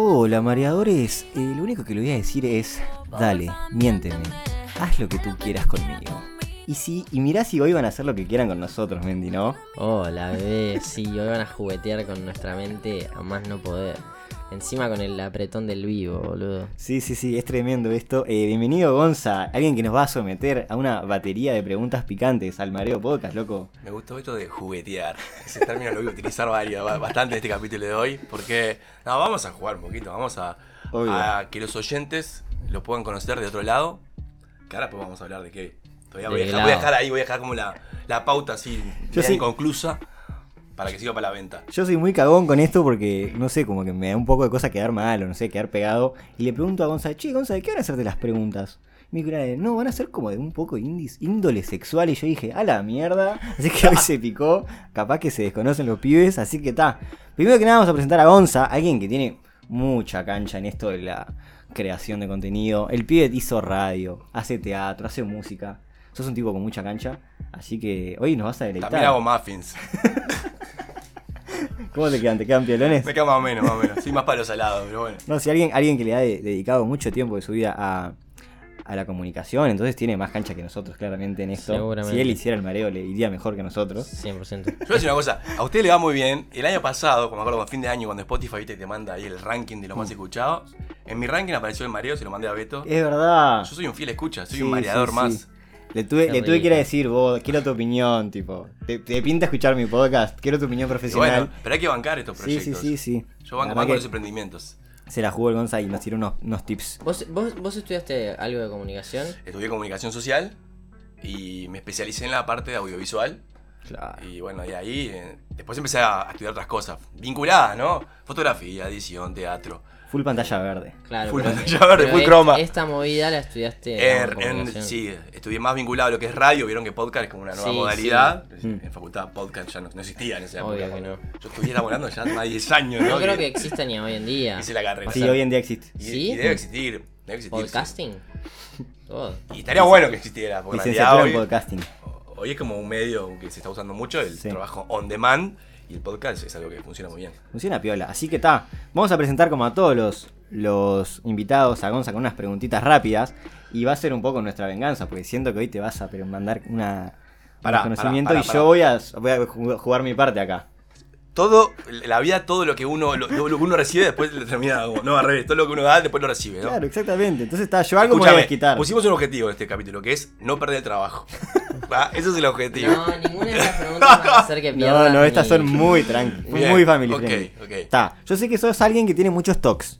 Hola mareadores, Eh, lo único que le voy a decir es, dale, miénteme, haz lo que tú quieras conmigo. Y si, y mirá si hoy van a hacer lo que quieran con nosotros, Mendy, ¿no? Hola, Oh, bebé. Sí, hoy van a juguetear con nuestra mente a más no poder. Encima con el apretón del vivo, boludo. Sí, sí, sí, es tremendo esto. Eh, bienvenido Gonza, alguien que nos va a someter a una batería de preguntas picantes al Mareo Podcast, loco. Me gustó esto de juguetear. Ese término lo voy a utilizar varias- ba- bastante en este capítulo de hoy. Porque, no, vamos a jugar un poquito. Vamos a, Obvio. a que los oyentes lo puedan conocer de otro lado. Que ahora pues vamos a hablar de qué. Todavía voy a, De dejar, voy a helado. dejar ahí, voy a dejar como la, la pauta así, Yo bien sí. inconclusa, para que siga para la venta. Yo soy muy cagón con esto porque, no sé, como que me da un poco de cosa quedar mal o no sé, quedar pegado. Y le pregunto a Gonza, che, Gonza, ¿de qué van a hacerte las preguntas? Y Me dijo, no, van a ser como de un poco indis, índole sexual. Y yo dije, a la mierda. Así que hoy se picó. Capaz que se desconocen los pibes, así que está. Primero que nada, vamos a presentar a Gonza, alguien que tiene mucha cancha en esto de la creación de contenido. El pibe hizo radio, hace teatro, hace música. Sos un tipo con mucha cancha, así que hoy nos vas a deleitar. También hago muffins. ¿Cómo te quedan? ¿Te quedan piolones? Me queda más o menos, más o menos. Soy más palo salado, pero bueno. No, si alguien, alguien que le ha de- dedicado mucho tiempo de su vida a, a la comunicación, entonces tiene más cancha que nosotros, claramente, en esto. Seguramente. Si él hiciera el mareo, le iría mejor que nosotros. 100%. Yo voy a decir una cosa, a usted le va muy bien. El año pasado, como me acuerdo, a fin de año, cuando Spotify viste, te manda ahí el ranking de los Mm. más escuchados, en mi ranking apareció el mareo, se lo mandé a Beto. Es verdad. Yo soy un fiel escucha, soy Eh. Sí, un mareador sí, más. sí. Le tuve, Qué le tuve que ir a rico. decir, vos, quiero tu opinión, tipo. Te, te pinta escuchar mi podcast, quiero tu opinión Y bueno, profesional. pero hay que bancar estos sí, proyectos. sí, sí, sí. La Yo banco verdad más con que los emprendimientos. se la jugó el Gonza y nos tiró unos, unos tips. ¿Vos, vos, vos estudiaste algo de comunicación? Estudié comunicación social y me especialicé en la parte de audiovisual. Claro. Y bueno, de ahí eh, después empecé a, a estudiar otras cosas vinculadas, ¿no? Fotografía, edición, teatro. Full pantalla verde. Claro. Full pero- pantalla verde, pero full e- croma. Esta movida la estudiaste Eh, en comunicación. en- sí, estudié más vinculado a lo que es radio. Vieron que podcast es como una nueva Sí, modalidad. sí. En facultad podcast ya no, no existía en esa época. Obvio que no. Yo estuviera volando ya más de 10 años, ¿no? No creo que Y exista ni hoy en día. Hice la carrera. Sí, hoy en día existe. y, ¿Sí? y debe existir. Debe existir. sí. ¿Podcasting? Oh. Todo. Y estaría bueno que existiera, porque en realidad Licenciatura en hoy, podcasting. hoy es como un medio que se está usando mucho, el Sí. trabajo on demand, y el podcast es algo que funciona muy bien. Funciona piola. Así que está. Vamos a presentar como a todos los, los invitados a Gonza con unas preguntitas rápidas. Y va a ser un poco nuestra venganza, porque siento que hoy te vas a pero, mandar una, Pará, un conocimiento pará, pará, y pará. yo voy a, voy a ju- jugar mi parte acá. Todo, la vida, todo lo que uno, lo, lo que uno recibe, después le termina como, no, al revés, todo lo que uno da, después lo recibe, ¿no? Claro, exactamente. Entonces está, yo algo me voy a Escúchame, desquitar. pusimos un objetivo en este capítulo, que es no perder el trabajo. ¿Va? Ese es el objetivo. No, ninguna de las preguntas va a hacer que No, pierdas no, estas mi- son muy tranquilas, Bien, muy family ok, friendly. ok. Está, yo sé que sos alguien que tiene muchos tocs.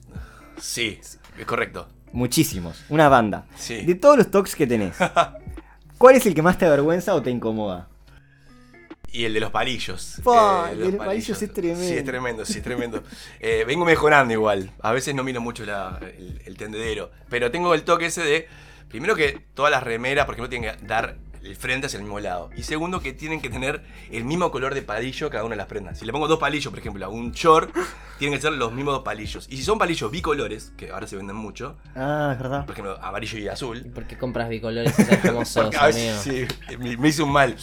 Sí, es correcto. Muchísimos. Una banda. Sí. De todos los tocs que tenés, ¿cuál es el que más te avergüenza o te incomoda? Y el de los palillos. Fua, Eh, el de los palillos es tremendo. Sí, es tremendo, sí, es tremendo. Eh, vengo mejorando igual. A veces no miro mucho la- el, el tendedero. Pero tengo el toque ese de. Primero que todas las remeras, por ejemplo, tienen que dar el frente hacia el mismo lado. Y segundo que tienen que tener el mismo color de palillo cada una de las prendas. Si le pongo dos palillos, por ejemplo, a un short, tienen que ser los mismos dos palillos. Y si son palillos bicolores, que ahora se venden mucho, Ah, es verdad. por ejemplo, amarillo y azul, ¿Y ¿Por qué compras bicolores y sabes cómo sos, porque a veces, amigo? sí, me, me hizo un mal.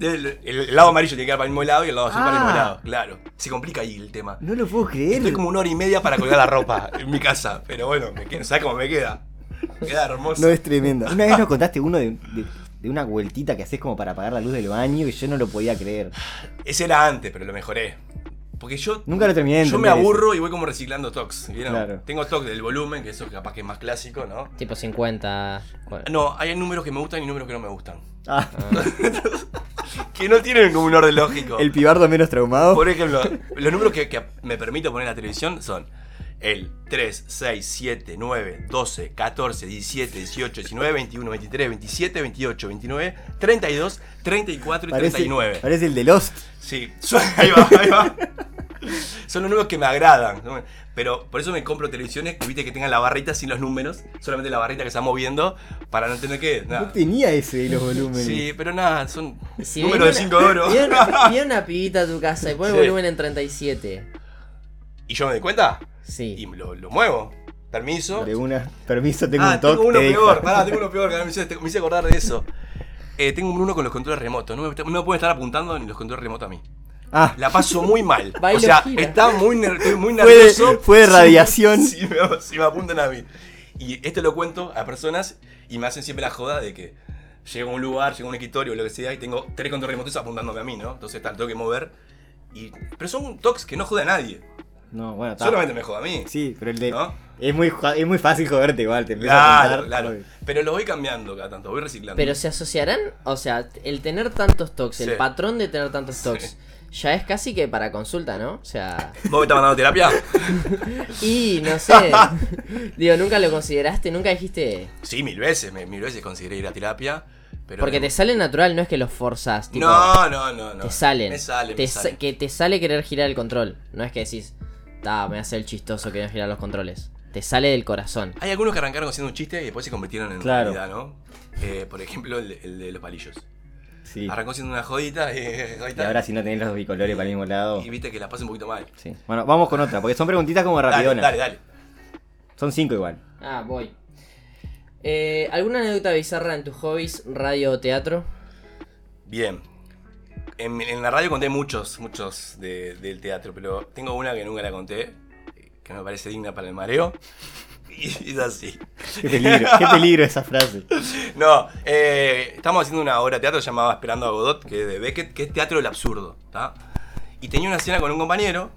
El, el- el lado amarillo tiene que quedar para el mismo lado y el lado azul para el mismo Ah. lado. Claro. Se complica ahí el tema. No lo puedo creer. Estoy como una hora y media para colgar la ropa en mi casa. Pero bueno, me queda, ¿sabes cómo me queda? Me queda hermoso. No, es tremendo. Una vez nos contaste uno de, de- de una vueltita que haces como para apagar la luz del baño y yo no lo podía creer. Ese era antes, pero lo mejoré. Porque yo. Nunca lo terminé de Yo me entender aburro y voy como reciclando stocks. ¿vieron? Claro. Tengo stock del volumen, que eso capaz que es más clásico, ¿no? Tipo 50. bueno. No, hay números que me gustan y números que no me gustan. Ah, Que no tienen como un orden lógico. el pibardo menos traumado. Por ejemplo, los números que, que me permito poner en la televisión son el 3, 6, 7, 9, 12, 14, 17, 18, 19, 21, 23, 27, 28, 29, 32, 34 y Parece, 39. parece el de Lost. Sí, son- ahí va, ahí va. Son los números que me agradan. ¿no? Pero por eso me compro televisiones que viste que tengan la barrita sin los números, solamente la barrita que se va moviendo para no tener que. No Nada. tenía ese de los volúmenes. Ah. Sí, pero nada, son Si números de viene 5 de oro. Viene una, viene una pibita a tu casa y pone Sí. volumen en 37. ¿Y yo me doy cuenta? Y Sí. lo, lo muevo. Permiso. De una, permiso, tengo ah, un toque. tengo uno te dejo. peor, pará, tengo uno peor, que me hice, me hice acordar de eso. Eh, tengo uno con los controles remotos, no me, no me pueden estar apuntando ni los controles remotos a mí. Ah. La paso muy mal. Bailo o sea, gira. está muy, ner- estoy muy Fue de- nervioso. fue de si- radiación. Si, me, si me apuntan a mí. Y esto lo cuento a personas y me hacen siempre la joda de que llego a un lugar, llego a un escritorio o lo que sea y tengo tres control remotos apuntándome a mí, ¿no? Entonces tal, tengo que mover. Y, pero son toques que no jode a nadie. No, bueno, está. Solamente me jode a mí. Sí, pero el de. ¿No? Es, muy, jo- es muy fácil joderte igual, te empieza a Claro, apuntar, claro. obvio. Pero lo voy cambiando cada tanto, voy reciclando. Pero se asociarán, o sea, el tener tantos tocs, Sí. el patrón de tener tantos tocs, ya es casi que para consulta, ¿no? O sea, ¿Vos me estás mandando terapia? y no sé, digo, nunca lo consideraste, nunca dijiste, Sí, mil veces, me- mil veces consideré ir a terapia. Pero porque te sale natural, no es que los forzas, tipo, No, no, no, no. te salen, Me sale, te me sa- sale. que te sale querer girar el control, no es que decís, "Ta, me hace el chistoso querer girar los controles, te sale del corazón. Hay algunos que arrancaron haciendo un chiste y después se convirtieron en Claro. realidad, ¿no? Eh, por ejemplo, el, de- el de los palillos. Sí. Arrancó siendo una jodita, eh, Y jodita, ahora si no tenés los bicolores para el mismo lado. y viste que la pasa un poquito mal. Sí. Bueno, vamos con otra, porque son preguntitas como Dale, rapidonas. dale, dale. Son cinco igual. Ah, voy. Eh, ¿Alguna anécdota bizarra en tus hobbies, radio o teatro? Bien. En, en la radio conté muchos, muchos de- del teatro, pero tengo una que nunca la conté, que me parece digna para el mareo. Y es así. Qué peligro, qué peligro esa frase. No, eh, estamos haciendo una obra de teatro llamada Esperando a Godot, que es de Beckett, que es teatro del absurdo, ¿tá? Y tenía una escena con un compañero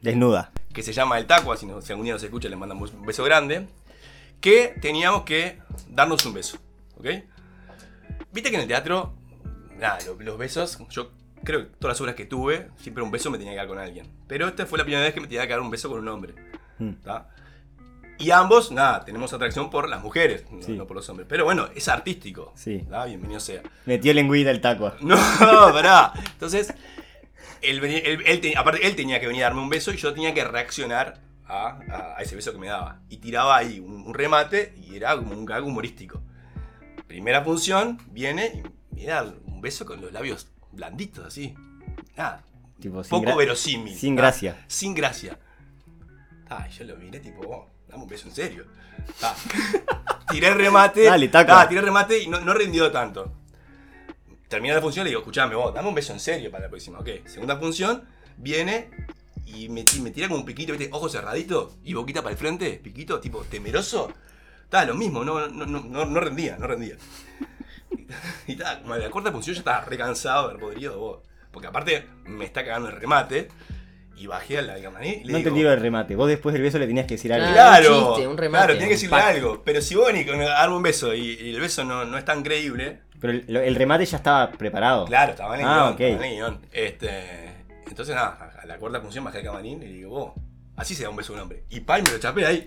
Desnuda. que se llama El Taco, así no- si algún día nos escucha le mandamos un beso grande, que teníamos que darnos un beso, ¿ok? Viste que en el teatro, nada, lo- los besos, yo creo que todas las obras que tuve, siempre un beso me tenía que dar con alguien. Pero esta fue la primera vez que me tenía que dar un beso con un hombre, Mm. ¿tá? Y ambos, nada, tenemos atracción por las mujeres, no, Sí. no por los hombres. Pero bueno, es artístico, Sí. ¿tá? Bienvenido sea. Metió lengüita el taco. No, pará. Entonces, él, venía- él- él te- aparte, él tenía que venir a darme un beso y yo tenía que reaccionar a, a- a ese beso que me daba. Y tiraba ahí un, un remate y era como un gag humorístico. Primera función, viene y me da un beso con los labios blanditos, así. Nada, Tipo, sin poco gra- verosímil. ¿ah? Sin ¿tá? gracia. Sin gracia. Ah, yo lo miré tipo, oh, dame un beso en serio. Ah, tiré el remate. Dale, taco. Ah, tiré el remate y no, no rindió tanto. Terminó la función, le digo, escuchame vos, dame un beso en serio para la próxima. Ok, segunda función, viene y me, ti- me tira como un piquito, ¿viste? Ojo cerradito y boquita para el frente, piquito, tipo temeroso. Estaba lo mismo, no, no, no, no, no rendía, no rendía. Y ta, como en la cuarta función yo estaba recansado del podrido vos. Porque aparte me está cagando el remate. Y bajé a la camarín y le No digo, entendieron el remate. Vos después del beso le tenías que decir algo. Ah, Claro, un chiste, un remate, claro, tenía que un decirle pack. algo. Pero si vos venís con darme un beso y, y el beso no, no es tan creíble, Pero el, lo- el remate ya estaba preparado. claro, estaba en el Ah, guión, ok. estaba en el guión. Este, entonces nada, a la cuarta función bajé al camarín y le digo, vos, así se da un beso a un hombre. Y pa, y me lo chapé ahí.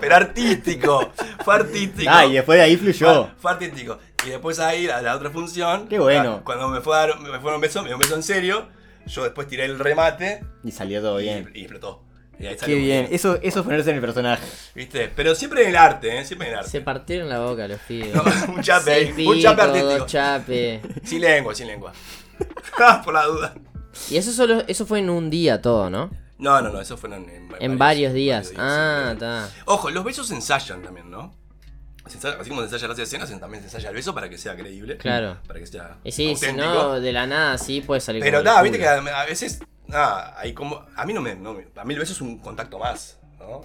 Pero artístico, fue artístico. Ah, y después de ahí fluyó. Fue, fue artístico. Y después ahí, a la otra función. Qué bueno. Cuando me fue a dar, me fue a un beso, me dio un beso en serio. Yo después tiré el remate Y salió todo y, bien. y explotó. Y ahí Qué salió. bien. Eso, eso es ponerse en el personaje. ¿Viste? Pero siempre en el arte, ¿eh? Siempre en el arte. Se partieron la boca los pibes. No, un chape ahí, Seis un chape picos, artístico. dos chape. Sin lengua, sin lengua. Por la duda. Y eso solo, eso fue en un día todo, ¿no? No, no, no, eso fueron en, En varios días. varios Ah, sí. está. Ojo, los besos se ensayan también, ¿no? Se ensaya- así como se ensayan las escenas, se- también se ensaya el beso para que sea creíble. Claro. Para que sea Y sí, si auténtico. no, de la nada sí puede salir Pero como el nada, viste que culo. a, a veces. Nada, hay como. A mí no me, no me- A mí el beso es un contacto más, ¿no?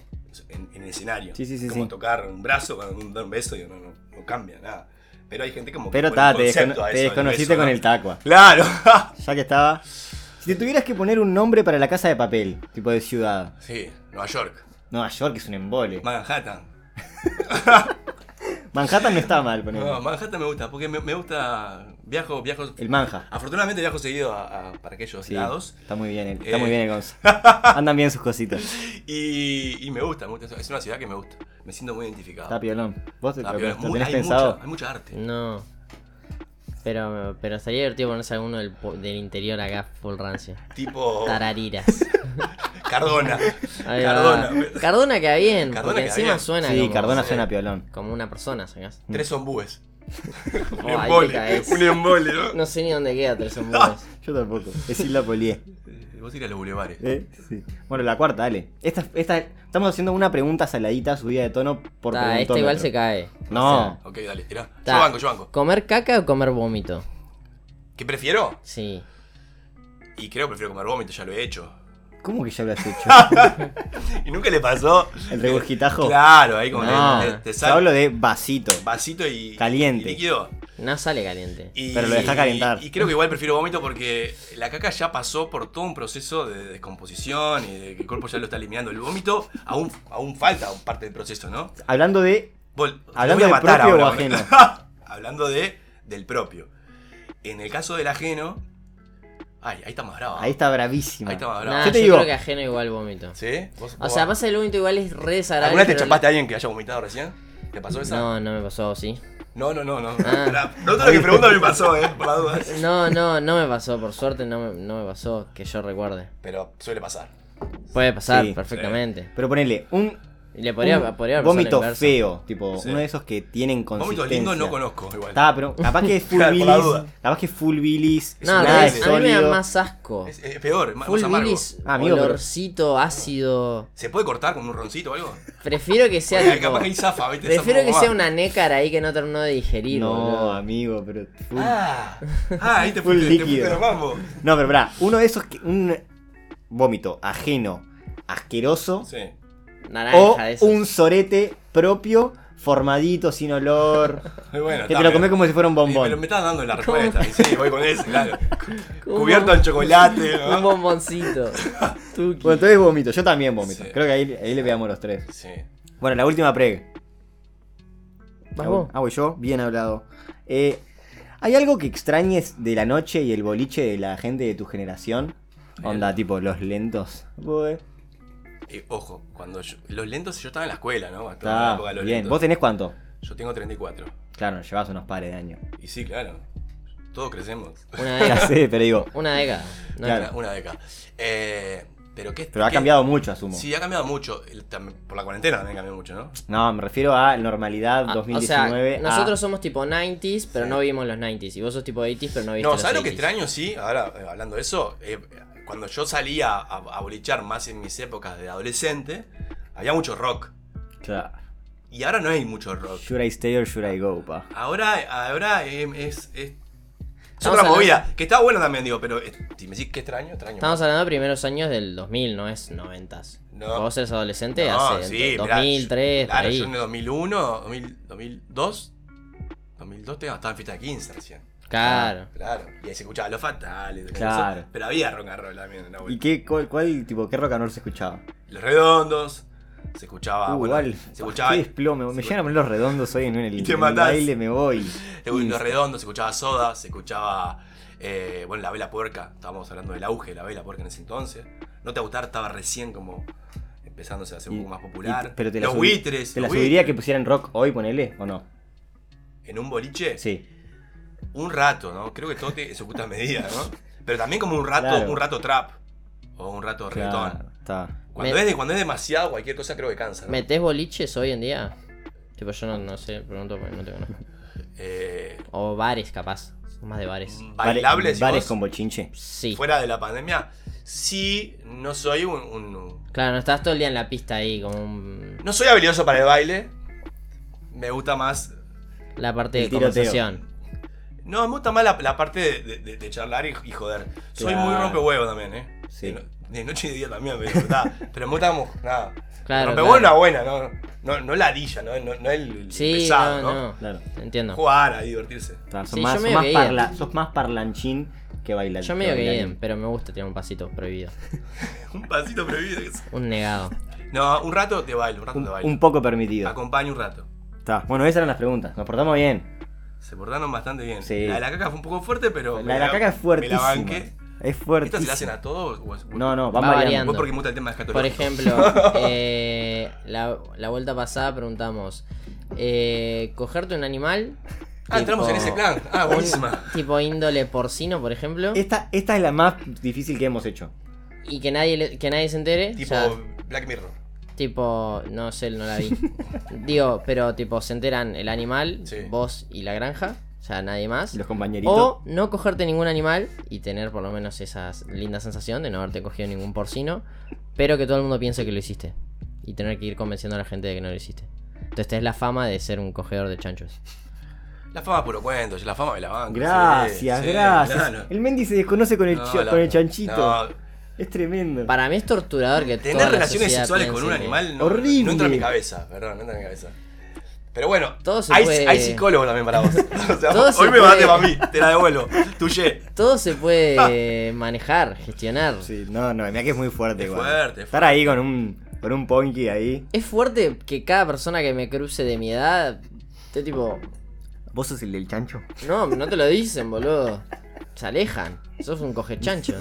En, en el escenario. Sí, sí, sí, Como sí. tocar un brazo, cuando un- dar un beso, digo, no, no, no cambia nada. Pero hay gente como que Pero pone ta, un te, concepto descono- a te eso, al desconociste beso, con ¿no? el tacua. Claro. Ya que estaba. Si te tuvieras que poner un nombre para la casa de papel, tipo de ciudad. Sí, Nueva York, Nueva York es un embole. Manhattan. Manhattan no está mal, poner. No, Manhattan me gusta, porque me, me gusta. Viajo, viajo. El Manja. Afortunadamente viajo seguido a- a- para aquellos Sí, lados. está muy bien, el- está Eh. muy bien el Gonza. Andan bien sus cositas. Y, y me gusta, me gusta. Es una ciudad que me gusta. Me siento muy identificado. Está piolón. ¿Vos te- Está lo, piola. lo Mu- tenés hay pensado? Mucha, hay mucha arte. No. Pero, pero estaría divertido ponerse alguno del, po- del interior acá full rancio. Tipo. Tarariras. Cardona. Ahí va. Cardona. Cardona queda bien, Cardona porque queda encima bien. suena Sí, como, Cardona sí. suena piolón. como una persona, sacás. Tres ombúes. un Oh, ahí te embole. caes. Un embole, ¿no? No sé ni dónde queda Tres Hombres. Yo tampoco. Es Isla Polié. Eh, Vos ir a los bulevares. ¿Eh? Sí. Bueno, la cuarta, dale. Esta, esta, estamos haciendo una pregunta saladita, subida de tono por Ta, Esta preguntómetro. igual se cae. No. O sea, Ok, dale, tirá. Yo ta, banco, yo banco. ¿Comer caca o comer vómito? ¿Qué prefiero? Sí. Y creo que prefiero comer vómito, ya lo he hecho. ¿Cómo que ya lo has hecho? ¿Y nunca le pasó? ¿El regurgitajo? Claro, ahí como No, que te, te Yo sale hablo de vasito. vasito y Caliente. y líquido. No sale caliente. Y- Pero lo dejá calentar. Y, creo que igual prefiero vómito porque la caca ya pasó por todo un proceso de descomposición y de que el cuerpo ya lo está eliminando. El vómito aún, aún falta parte del proceso, ¿no? Hablando de. Vol- te Hablando voy del a matar propio ahora, o ajeno. boludo. Hablando de, del propio. En el caso del ajeno. Ay, ahí está más bravo. Ahí está bravísima. Ahí está más bravo. Nah, Yo yo, te digo- creo que ajeno igual vómito. ¿Sí? ¿Vos- O vos- sea, pasa el vómito igual es re desagradable. ¿Alguna vez te pero- chapaste a alguien que haya vomitado recién? ¿Te pasó esa? No, no me pasó, sí. no, no, no. No, Ah. Pará, no todo lo que pregunto me pasó, eh, por las dudas. No, no, no me pasó, por suerte no me, no me pasó, que yo recuerde. Pero suele pasar. Puede pasar Sí, perfectamente. Pero ponele, un, Y le podría, un podría haber pasado vómito la inversa. feo. Tipo, Sí. uno de esos que tienen consistencia. Vómitos lindos no conozco igual. Está, pero capaz que es full Claro, por la bilis. duda. Capaz que es full bilis. Es No, una nada de a mí me da sólido. más asco. Es, es peor, es más Full amargo. bilis, Ah, amigo, pero- olorcito, ácido. ¿Se puede cortar con un roncito o algo? Prefiero que sea. Porque tipo- capaz que ahí zafa, ¿viste? prefiero Zafa que un poco sea más. una nécara ahí que no terminó de digerir. No, boludo. amigo, pero full. Ah, ah, ahí te Full fuiste, te fuiste líquido. los mambos. No, pero pará, uno de esos que. Un vómito ajeno, asqueroso. Sí. Naranja O de esas. un sorete propio, formadito, sin olor. Muy bueno. que está te lo bien. comes como si fuera un Sí, pero me bombón. estás dando la respuesta. Y sí, voy con ese, claro. ¿Cómo? Cubierto en chocolate, Un ¿no? bomboncito. Tuki. Bueno, entonces vómito, yo también vómito. Sí. Creo que ahí, ahí le pegamos los tres. Sí. Bueno, la última preg. Vas Ah, vos. Ah, voy yo, bien hablado. Eh, ¿Hay algo que extrañes de la noche y el boliche de la gente de tu generación? Onda, tipo, los lentos. Bue. Y, ojo, cuando yo, los lentos, yo estaba en la escuela, ¿no? Estaba en la Está, época de los Ah, bien. lentos. ¿Vos tenés cuánto? Yo tengo 34. Claro, llevas unos pares de años. Y sí, claro. Todos crecemos. Una Ya década. sé, pero digo. Una década. No, ah, Claro. Una, una década. Eh, pero qué Pero ha qué- cambiado mucho, asumo. Sí, ha cambiado mucho. El- tam- Por la cuarentena también cambió mucho, ¿no? No, me refiero a normalidad Ah, 2019. o sea, a- nosotros somos tipo 90s, pero no vimos los 90s. Y vos sos tipo 80s, pero no viste No, los ¿sabes lo que 80s. extraño? Sí, ahora eh, hablando de eso, eh, cuando yo salía a, a bolichar más en mis épocas de adolescente, había mucho rock. Claro. Y ahora no hay mucho rock. Should I stay or should I go, pa? Ahora, ahora eh, es, es, es Estamos otra movida. hablando- Que está bueno también, digo, pero eh, si me decís que extraño, extraño. Estamos hablando de primeros años del 2000, no es 90s. No. Vos eres adolescente No, hace sí, entre mirá, 2003, por Claro, ahí. yo en el 2001, 2000, 2002. 2002 tengo- estaba en fiesta de 15 recién. Claro. Claro. Y ahí se escuchaba los fatales. Claro. eso, Pero había rock and roll también. ¿no? ¿Y qué, cuál, cuál, tipo, qué rock and roll se escuchaba? Los redondos. Se escuchaba. Uh, Ah, bueno, igual, se escuchaba. qué desplome, me se- llegan a poner los redondos hoy en el, en te el matás. baile, me voy. Te- Los redondos, se escuchaba soda, se escuchaba. eh, bueno, la vela puerca. Estábamos hablando del auge de la vela puerca en ese entonces. No te gustar, estaba recién como empezándose a ser un Y- poco más y- popular. pero te la los subi- buitres. ¿Te la los subiría que buitres. pusieran rock hoy, ponele? ¿O no? En un boliche. Sí. un rato, ¿no? Creo que todo tiene su justa medida, ¿no? Pero también como un rato, Claro. un rato trap o un rato Claro, reggaetón. está. Cuando Me- es, de- cuando es demasiado, cualquier cosa creo que cansa, ¿no? ¿Metés boliches hoy en día? Tipo, yo no, no sé, pregunto porque no te conozco. Eh, O bares, capaz. Más de bares. bailables, Bares decís con vos, bochinche. Sí. fuera de la pandemia. Sí, no soy un, un- Claro, no estás todo el día en la pista ahí, como un- No soy habilidoso para el baile. Me gusta más... la parte El de tiroteo. conversación. No, me gusta más la, la parte de, de- de- de charlar y, y joder. Soy Claro. muy rompehuevo también, ¿eh? Sí. De, no- de noche y de día también, pero, está, pero me gusta como... Nada. Claro, rompehuevo claro. es una buena, ¿no? No, no la ladilla, ¿no? No, no el, el Sí, pesado, no, ¿no? no. Claro. Entiendo. Jugar a divertirse. Está, sos, Sí, más, yo sos medio más que parla- idem. sos más parlanchín que bailar. Yo medio que bien, pero me gusta tirar un pasito prohibido. Un pasito prohibido. que es. Un negado. No, un rato te bailo, un rato Un, te bailo. un poco permitido. Acompaño un rato. Está. Bueno, esas eran las preguntas. Nos portamos bien. Se portaron bastante bien. Sí. La de la caca fue un poco fuerte, pero. La me de la caca es fuertísima. Me la banqué. Es ¿Estas se la hacen fuertísima. a todos? o es- No, no, Va van variando. variando. Vos porque me gusta el tema de Por escatológico. ejemplo, eh, la, la vuelta pasada preguntamos: eh, ¿cogerte un animal? Ah, entramos en Tipo- ese plan. Ah, buenísima. un tipo índole porcino, por ejemplo, Esta, esta es la más difícil que hemos hecho. y que nadie le- que nadie se entere. Tipo ya, Black Mirror. tipo, no sé, no la vi. Digo, pero tipo se enteran el animal, Sí. vos y la granja, o sea, nadie más. Los compañeritos. O no cogerte ningún animal y tener por lo menos esa linda sensación de no haberte cogido ningún porcino, pero que todo el mundo piense que lo hiciste. Y tener que ir convenciendo a la gente de que no lo hiciste. Entonces tenés la fama de ser un cogedor de chanchos. La fama es puro cuento, yo la fama me la banco. Gracias, sí, sí, gracias. claro. El Mendy se desconoce con el, No, cha- la- con el chanchito. no. Es tremendo. Para mí es torturador que toda Tener la relaciones sociedad sexuales con piense un que- animal no, Horrible. no entra en mi cabeza, perdón, no entra en mi cabeza. Pero bueno, Todo se hay, puede- hay psicólogo también para vos. O sea, Todo se hoy me mate puede- para mí, te la devuelvo. Tuye. Todo se puede manejar, gestionar. Sí, no, no, mira que es muy fuerte. Es igual. fuerte, es Estar ahí con un, con un ponky ahí. Es fuerte que cada persona que me cruce de mi edad, te tipo, ¿Vos sos el del chancho? no, no te lo dicen, boludo. Se alejan. Sos un cogechancho.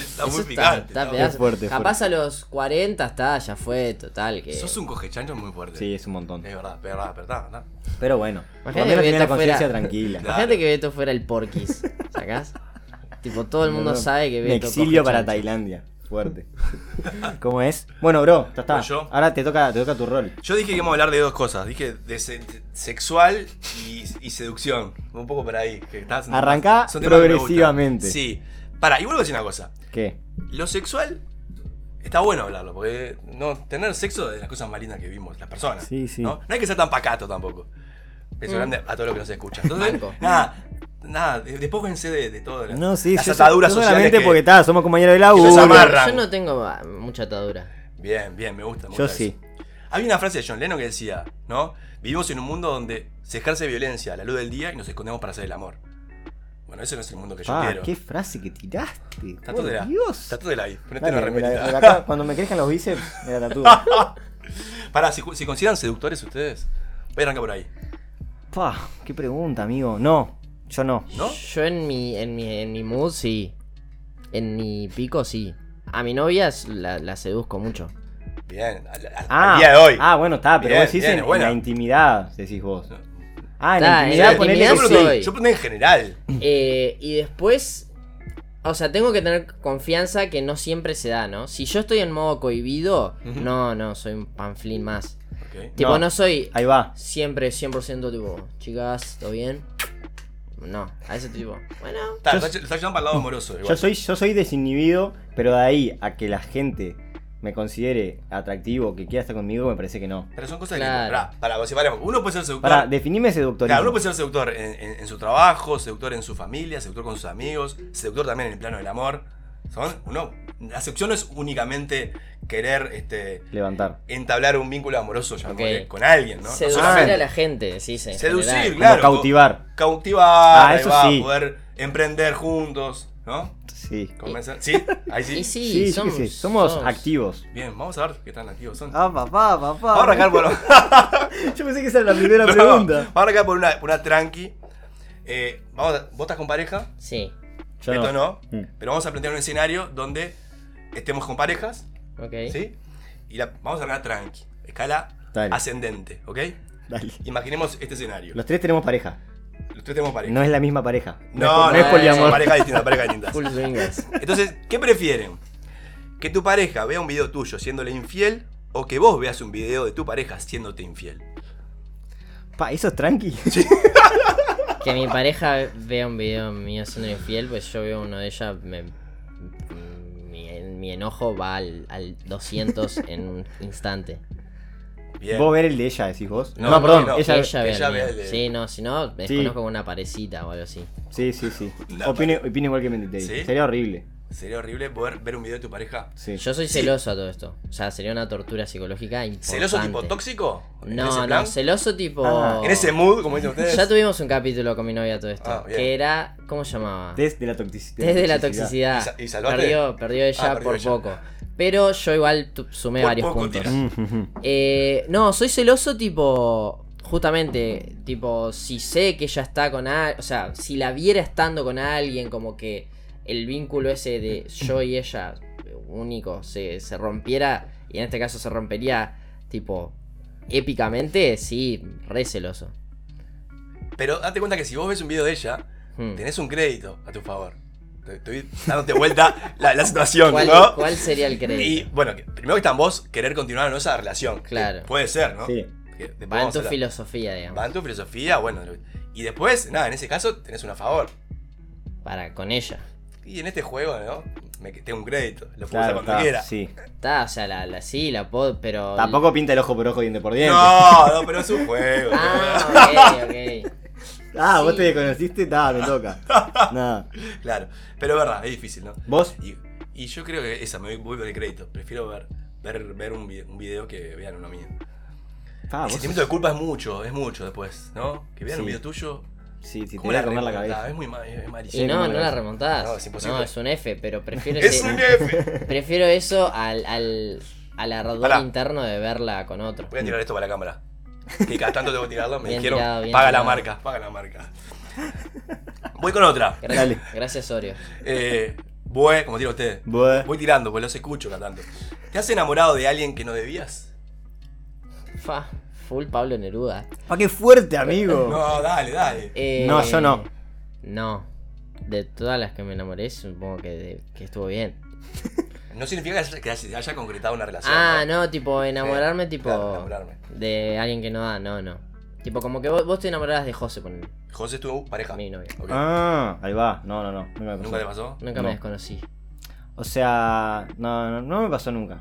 Está muy Eso picante. está está muy- pedazo. Es fuerte, es Capaz a los 40 está, ya fue, total. Que... Sos un cogechancho muy fuerte. Sí, es un montón. Es verdad, es verdad, es verdad, es verdad. Pero bueno, por lo Imagínate menos que tiene la Beto fuera- conciencia tranquila. Imagínate que Beto fuera el porquis. ¿Sacás? tipo, todo el mundo sabe que Me Beto. exilio cogechancho. para Tailandia. Fuerte. ¿Cómo es? Bueno, bro, ya está. Bueno, yo. Ahora te toca, te toca tu rol. Yo dije que íbamos a hablar de dos cosas. Dije de se- sexual y, y seducción. Un poco por ahí. Que estás- Arrancá son temas que me progresivamente. gustan. Sí. Para, y vuelvo a decir una cosa. ¿Qué? Lo sexual está bueno hablarlo, porque no, tener sexo es de las cosas más lindas que vimos, las personas. Sí, sí. ¿no? No hay que ser tan pacato tampoco. Eso grande a todo lo que nos escucha. Entonces, Banco. nada, nada, de- despójense de, de todo. de No, sí, las yo- ataduras yo sociales. solamente que- porque está, somos compañeros de que laburo. nos amarran. Yo no tengo ah, mucha atadura. Bien, bien, me gusta. me Yo gusta sí. eso. Había una frase de John Lennon que decía, ¿no? Vivimos en un mundo donde se ejerce violencia a la luz del día y nos escondemos para hacer el amor. Bueno, ese no es el mundo que yo Ah, quiero. qué frase que tiraste. Tatu por de la. Dios. Tatu de la ahí. Ponete Dale, una me la- repetida. me la acá- cuando me crezcan los bíceps, me la tatúa. Pará, ¿se, se consideran seductores ustedes? Voy a arrancar por ahí. Pa, qué pregunta, amigo. No, yo no. ¿No? Yo en mi, en mi, en mi mood sí. En mi pico sí. A mi novia s- la, la seduzco mucho. Bien, al, al- al día de hoy. Ah, bueno, está, pero Bien, vos decís bien, en- en, buena. la intimidad, decís vos. Ah, en Está, la intimidad, en la ponele intimidad que yo, sí. pregunté, soy. yo pregunté en general. Eh, y después. O sea, tengo que tener confianza que no siempre se da, ¿no? Si yo estoy en modo cohibido, no, no, soy un panflín más. Ok. Tipo, No. no, soy Ahí va. siempre 100% tipo, chicas, ¿todo bien? No, a ese tipo. Bueno, Está, lo está lo está llevando para el lado amoroso. Igual. Yo soy, yo soy desinhibido, pero de ahí a que la gente me considere atractivo, que quiera estar conmigo, me parece que no. Pero son cosas Claro. que. Pará, pará, vos separemos. Uno puede ser seductor. Para, definime seductorismo. Claro, pues, uno puede ser seductor en, en- en su trabajo, seductor en su familia, seductor con sus amigos, seductor también en el plano del amor. Son, uno, la seducción no es únicamente querer este, Levantar. entablar un vínculo amoroso llamémosle, Ok. con alguien, ¿no? No seducir solamente- a la gente, sí, se Seducir, Como claro. cautivar. co- Cautivar, Ah, ahí eso va, sí. poder emprender juntos, ¿no? Sí. Convencer- Sí, ahí sí. Y sí, Sí, sí, somos, sí. Somos somos- activos. Bien, vamos a ver qué tan activos son. Ah, papá, papá. Vamos a arrancar por, Yo pensé que esa era la primera No, pregunta. vamos a arrancar por una, por una tranqui. Eh, vamos a- ¿Vos estás con pareja? Sí, Yo Esto no. Mm. Pero vamos a plantear un escenario donde estemos con parejas, ok. ¿sí? Y la, vamos a arrancar tranqui. Escala Dale. ascendente, ¿ok? Dale. Imaginemos este escenario. Los tres tenemos pareja. Los tres tenemos pareja. No es la misma pareja. No, es, no es no, poliamor. son Pareja distinta, pareja distinta. Full swingers. Entonces, ¿qué prefieren? ¿Que tu pareja vea un video tuyo siéndole infiel o que vos veas un video de tu pareja siéndote infiel? Pa, eso es tranqui. Que mi pareja vea un video mío siendo infiel, pues yo veo uno de ella, me- mi, mi enojo va al, al 200 en un instante. Bien. Vos ver el de ella, decís vos. No, No, no, perdón. no. Ella... Que ella vea ella el vea mío. el de- Sí, no, si no, me Sí. desconozco con una parecita o algo así. Sí, sí, sí. No, Opine, opine igual que Mendy. ¿Sí? Sería horrible. Sería horrible poder ver un video de tu pareja. Sí. Yo soy celoso a todo esto. O sea, sería una tortura psicológica importante. ¿Celoso tipo tóxico? ¿En ese No, plan? no, celoso tipo... Ah. ¿En ese mood, como dicen ustedes? Ya tuvimos un capítulo con mi novia todo esto. Ah, bien. que era... ¿Cómo se llamaba? Desde la toxicidad. Desde la ¿Y toxicidad. sa- y salvaste? Perdió, perdió ella Ah, perdió por ella. poco. Pero yo igual tu- sumé Por varios poco, puntos. tira. Eh, no, soy celoso tipo... Justamente, tipo, si sé que ella está con alguien, o sea, si la viera estando con alguien, como que el vínculo ese de yo y ella eh, único se, se rompiera, y en este caso se rompería, tipo, épicamente, sí, re celoso. Pero date cuenta que si vos ves un video de ella, Hmm. Mm. tenés un crédito a tu favor. Te- Estoy dándote vuelta la, la situación, ¿Cuál, ¿no? cuál sería el Y crédito? bueno, que- primero que está en vos querer continuar en esa relación. que Claro. Puede ser, ¿no? Sí. Que después Va en vamos a tu hablar. filosofía, digamos. Va en tu filosofía, bueno. lo- Y después, nada, en ese caso tenés una favor. Para con ella. Y en este juego, ¿no? me, tengo un crédito, lo puedo usar Claro, cuando está, quiera. sí. Está, o sea, la, la sí, la pod, pero. Tampoco pinta el ojo por ojo, diente por diente. No, no, pero es un juego. Ah, ok, ok. Ah, vos Sí. te conociste, nada, me toca. Nada. Claro, pero es verdad, es difícil, ¿no? Vos, Y, y yo creo que esa, me voy, voy con el crédito. Prefiero ver, ver, ver un, vi- un video que vean uno mío. ah, el vos sentimiento de culpa es mucho, es mucho después, ¿no? Que vean un Sí. video tuyo. Sí, sí, te ¿cómo voy a comer la remontada? cabeza. Es muy ma- es Y Sí, malísimo. no, eh, no no me la parece. remontás. No, es imposible. No, es un F, pero prefiero Es ese- un F. Prefiero eso al, al, al ardor Pará. interno de verla con otro. Voy a tirar esto para la cámara. Que cada tanto tengo que tirarlo. Me Bien dijeron, tirado, bien paga la tirado". marca, paga la marca. Voy con otra. Gracias, Dale. gracias Orio. Eh, voy, como tira usted. Bueh. Voy tirando, pues los escucho cada tanto. ¿Te has enamorado de alguien que no debías? Fa, full Pablo Neruda. Pa, qué fuerte, amigo. No, dale, dale. Eh, No, yo no. No. De todas las que me enamoré, supongo que, de- que estuvo bien. No significa que haya- que se haya concretado una relación. Ah, no, tipo enamorarme, Sí, tipo. claro, enamorarme. De alguien que no da, no, no. Tipo, como que vos, vos te enamorabas de José, ponele. José es tu pareja. Mi novia. Ok. Ah, ahí va. No, no, no. Nunca me pasó. ¿Nunca te pasó? No. Nunca me desconocí. O sea, no, no, no me pasó nunca.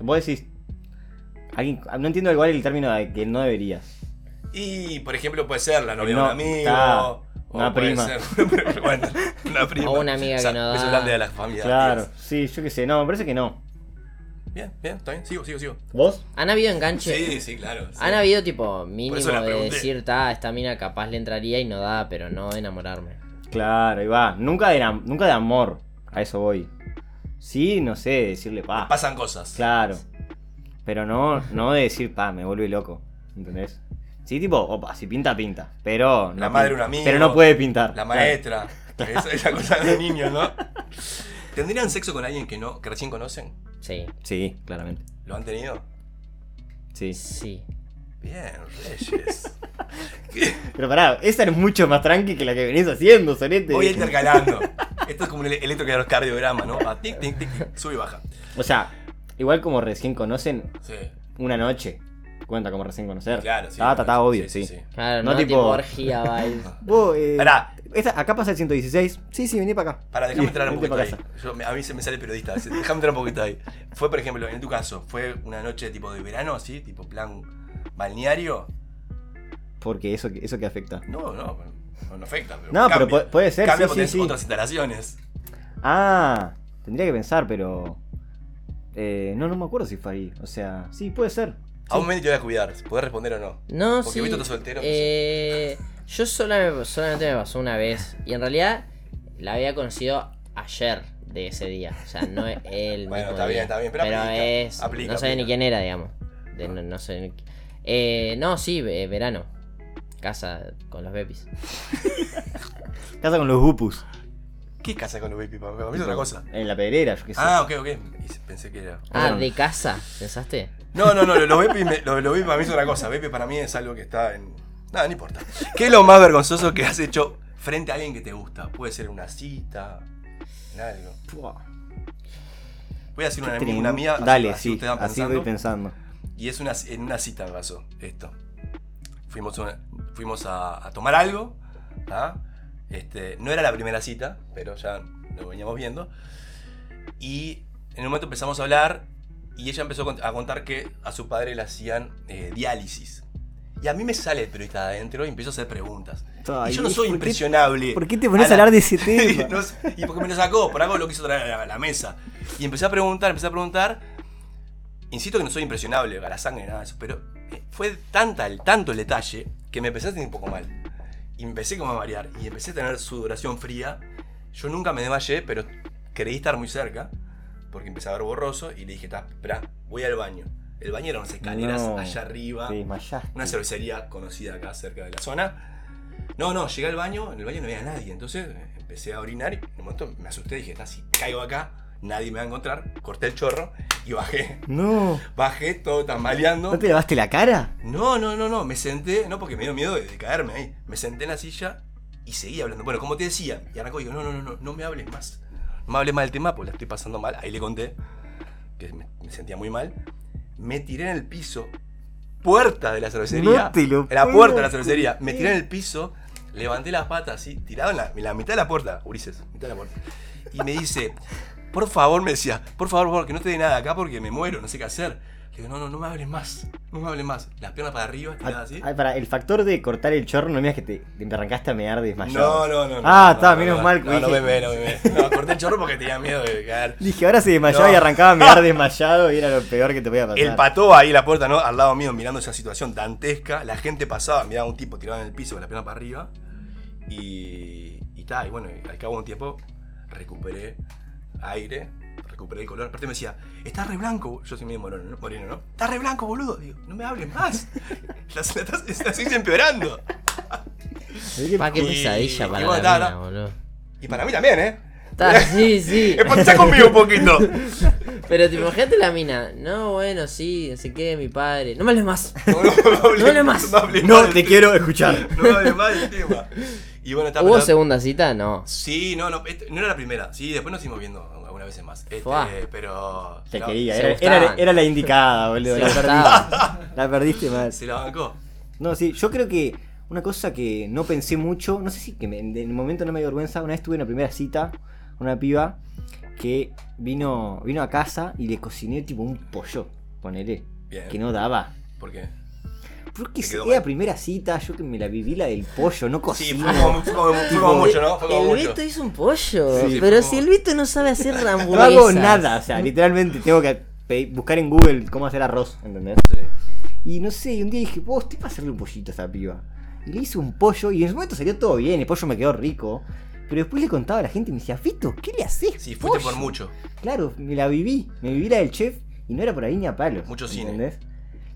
Vos decís. Alguien, no entiendo igual el término de que no deberías. Y, por ejemplo, puede ser la novia No, de un amigo. está. o Una puede prima. ser- bueno, una prima. O una amiga que no da. Eso es grande de la familia. Claro, sí, yo qué sé. No, me parece que no. Bien, bien, está bien. Sigo, sigo, sigo. ¿Vos? ¿Han habido enganches? Sí, sí, claro. sí. Han habido tipo Por mínimo eso la de pregunté. decir, ta, esta mina capaz le entraría y no da, pero no enamorarme. Claro, ahí va. Nunca de, nam- nunca de amor. A eso voy. Sí, no sé, decirle pa. Ah. Pasan cosas. Claro. Pero no, no de decir pa, me vuelve loco. ¿Entendés? Sí, tipo, opa, si pinta, pinta. Pero. no La madre de un pinta. amigo. Pero no puede pintar. La Claro. maestra. Esa, esa cosa de niños, ¿no? ¿Tendrían sexo con alguien que no, que recién conocen? Sí, Sí, claramente. ¿Lo han tenido? Sí. sí. Bien, Reyes. Pero pará, esa es mucho más tranqui que la que venís haciendo, Solete. Voy intercalando. Esto es como un ele- electrocardiograma, ¿no? Va, tic, tic, tic, tic, sube y baja. O sea, igual como recién conocen, Sí, una noche cuenta como recién conocer. claro, sí. Está, está, está, Ah, obvio, sí. Claro, no, No, tipo, tipo- orgía vibes. Vos, eh, Pará. esta- acá pasa el 116. Sí, sí, vení para acá. Para, déjame Y entrar un vente pa' poquito ahí. casa. Yo- me- a mí se me sale periodista. así, Déjame entrar un poquito ahí. Fue, por ejemplo, en tu caso, ¿fue una noche tipo de verano, así? Tipo plan balneario. Porque eso, eso que afecta. No, no, no, no afecta. Pero No, pero cambia. pu- puede ser, Cambia sí, porque sí, tenés sí. otras instalaciones. Ah, tendría que pensar, pero. eh, no, no me acuerdo si fue ahí. O sea, sí, puede ser. A un médico te voy a cuidar, podés responder o no. No, Porque sí. Vito está soltero, no eh, yo sola- solamente me pasó una vez. Y en realidad la había conocido ayer de ese día. O sea, no es el mismo Bueno, día. está bien, está bien, pero aplica, es. aplica, no sabía ni aplica. quién era, digamos. De- no, no sé ni- Eh, no, sí, ve- verano. Casa con los bebis. Casa con los gupus. ¿Qué casa con los baby papá? Para mí es otra cosa. En la pedrera, yo qué sé. Ah, ok, ok. Y Pensé que era. Ah, Bueno. de casa, ¿pensaste? No, no, no, los Bepi, me- los, los Bepi para mí es otra cosa. Bepi para mí es algo que está en. Nada, no importa. ¿Qué es lo más vergonzoso que has hecho frente a alguien que te gusta? Puede ser en una cita, en algo. Pua, Voy a hacer una, tremendo. una mía. así- Este, Dale, así sí. ustedes van Así pensando. voy pensando. Y es una, en una cita me pasó esto. Fuimos, a una- fuimos a, a tomar algo. ¿ah? Este, no era la primera cita, pero ya lo veníamos viendo. Y en un momento empezamos a hablar y ella empezó a cont- a contar que a su padre le hacían eh, diálisis. Y a mí me sale el periodista de adentro y empiezo a hacer preguntas. Ay, y yo no soy ¿por qué- impresionable. ¿Por qué te pones a hablar de ese tema? No sé, y porque me lo sacó, por algo lo quiso traer a la, a la mesa. Y empecé a preguntar, empecé a preguntar. Insisto que no soy impresionable a la sangre, nada de eso, pero eh, fue tanta, el, tanto el detalle que me empecé a sentir un poco mal. Y empecé como a marear, y empecé a tener sudoración fría. Yo nunca me desmayé, pero creí estar muy cerca, porque empecé a ver borroso, y le dije, "Ta, esperá, voy al baño. El baño era unas escaleras No. allá arriba Te desmayaste. una cervecería conocida acá cerca de la zona. No, no, llegué al baño, en el baño no había nadie, entonces eh, empecé a orinar y en un momento me asusté, dije, "Ta, si caigo acá, nadie me va a encontrar, corté el chorro y bajé. No. Bajé todo tambaleando. ¿No te lavaste la cara? No, no, no, no, me senté, no porque me dio miedo de, de caerme ahí, me senté en la silla y seguí hablando. Bueno, como te decía, y arrancó y digo, no, no, no, no, no me hables más, no me hables más del tema porque la estoy pasando mal, ahí le conté que me, me sentía muy mal, me tiré en el piso, puerta de la cervecería, No te lo en la puedo puerta de la cervecería, me creer. tiré en el piso, levanté las patas así, tirado en la, en la mitad de la puerta, Ulises, mitad de la puerta, y me dice, por favor, me decía, por favor, por favor, que no te dé nada acá porque me muero, no sé qué hacer. Le digo, no, no, no me hables más, no me hables más. Las piernas para arriba, estiradas así. Ay, para, el factor de cortar el chorro no me digas que te, te arrancaste a mear desmayado. No, no, no. no, Ah, no, está, no, menos no, mal que No, no dije- me ve, no me ve. No, corté el chorro porque tenía miedo de caer. Dije, ahora se desmayaba No. y arrancaba a mear desmayado y era lo peor que te podía pasar. El pató ahí en la puerta, ¿no? Al lado mío, mirando esa situación dantesca. La gente pasaba, miraba a un tipo tirado en el piso con la pierna para arriba. Y. Y tal, y bueno, y al cabo de un tiempo recuperé aire, recuperé el color. Aparte me decía, estás re blanco. Yo soy medio moreno, ¿no? Moreno, ¿no? Estás re blanco, boludo. Digo, no me hables más. Estás, estás, estás empeorando. Así que- Pa, qué Y- pesadilla y para la bueno, ta, mina, ta. boludo. Y para mí también, ¿eh? Ta, sí, sí. Empatizá conmigo un poquito. Pero te imagínate la mina. No, bueno, sí, no sé qué, mi padre. No me hables más. No, no, no hables- No hables más. No, hables No, más te del quiero tema. escuchar. No hables más del tema. Y bueno, está ¿Hubo segunda cita? No. Sí, no, no, este- no era la primera. Sí, después nos seguimos viendo algunas veces más. Este, Fuá. pero. Te la- quería, se era, gustaban. era- era la indicada, boludo. Se La gustaban. perdiste, la perdiste mal. Se la bancó. No, sí, yo creo que una cosa que no pensé mucho, no sé si que me- en el momento no me dio vergüenza, una vez tuve una primera cita con una piba que vino, vino a casa y le cociné tipo un pollo, ponele, Bien. que no daba. ¿Por qué? Porque Te quedó si era mal. primera cita, yo que me la viví la del pollo, no Sí, cocino. fue como, fue como- fue como mucho, ¿no? Fue como el mucho. Beto hizo un pollo. Sí, pero fue como- si el Beto no sabe hacer no hamburguesas. hago nada, o sea, literalmente tengo que pe- buscar en Google cómo hacer arroz, ¿entendés? Sí. Y no sé, y un día dije, vos, te para hacerle un pollito a esa piba. Y le hice un pollo y en su momento salió todo bien, el pollo me quedó rico. Pero después le contaba a la gente y me decía, Fito, ¿qué le haces? Sí, fuiste por pollo?". mucho. Claro, me la viví, me viví la del chef y no era por ahí ni a palos. Mucho cine. cine.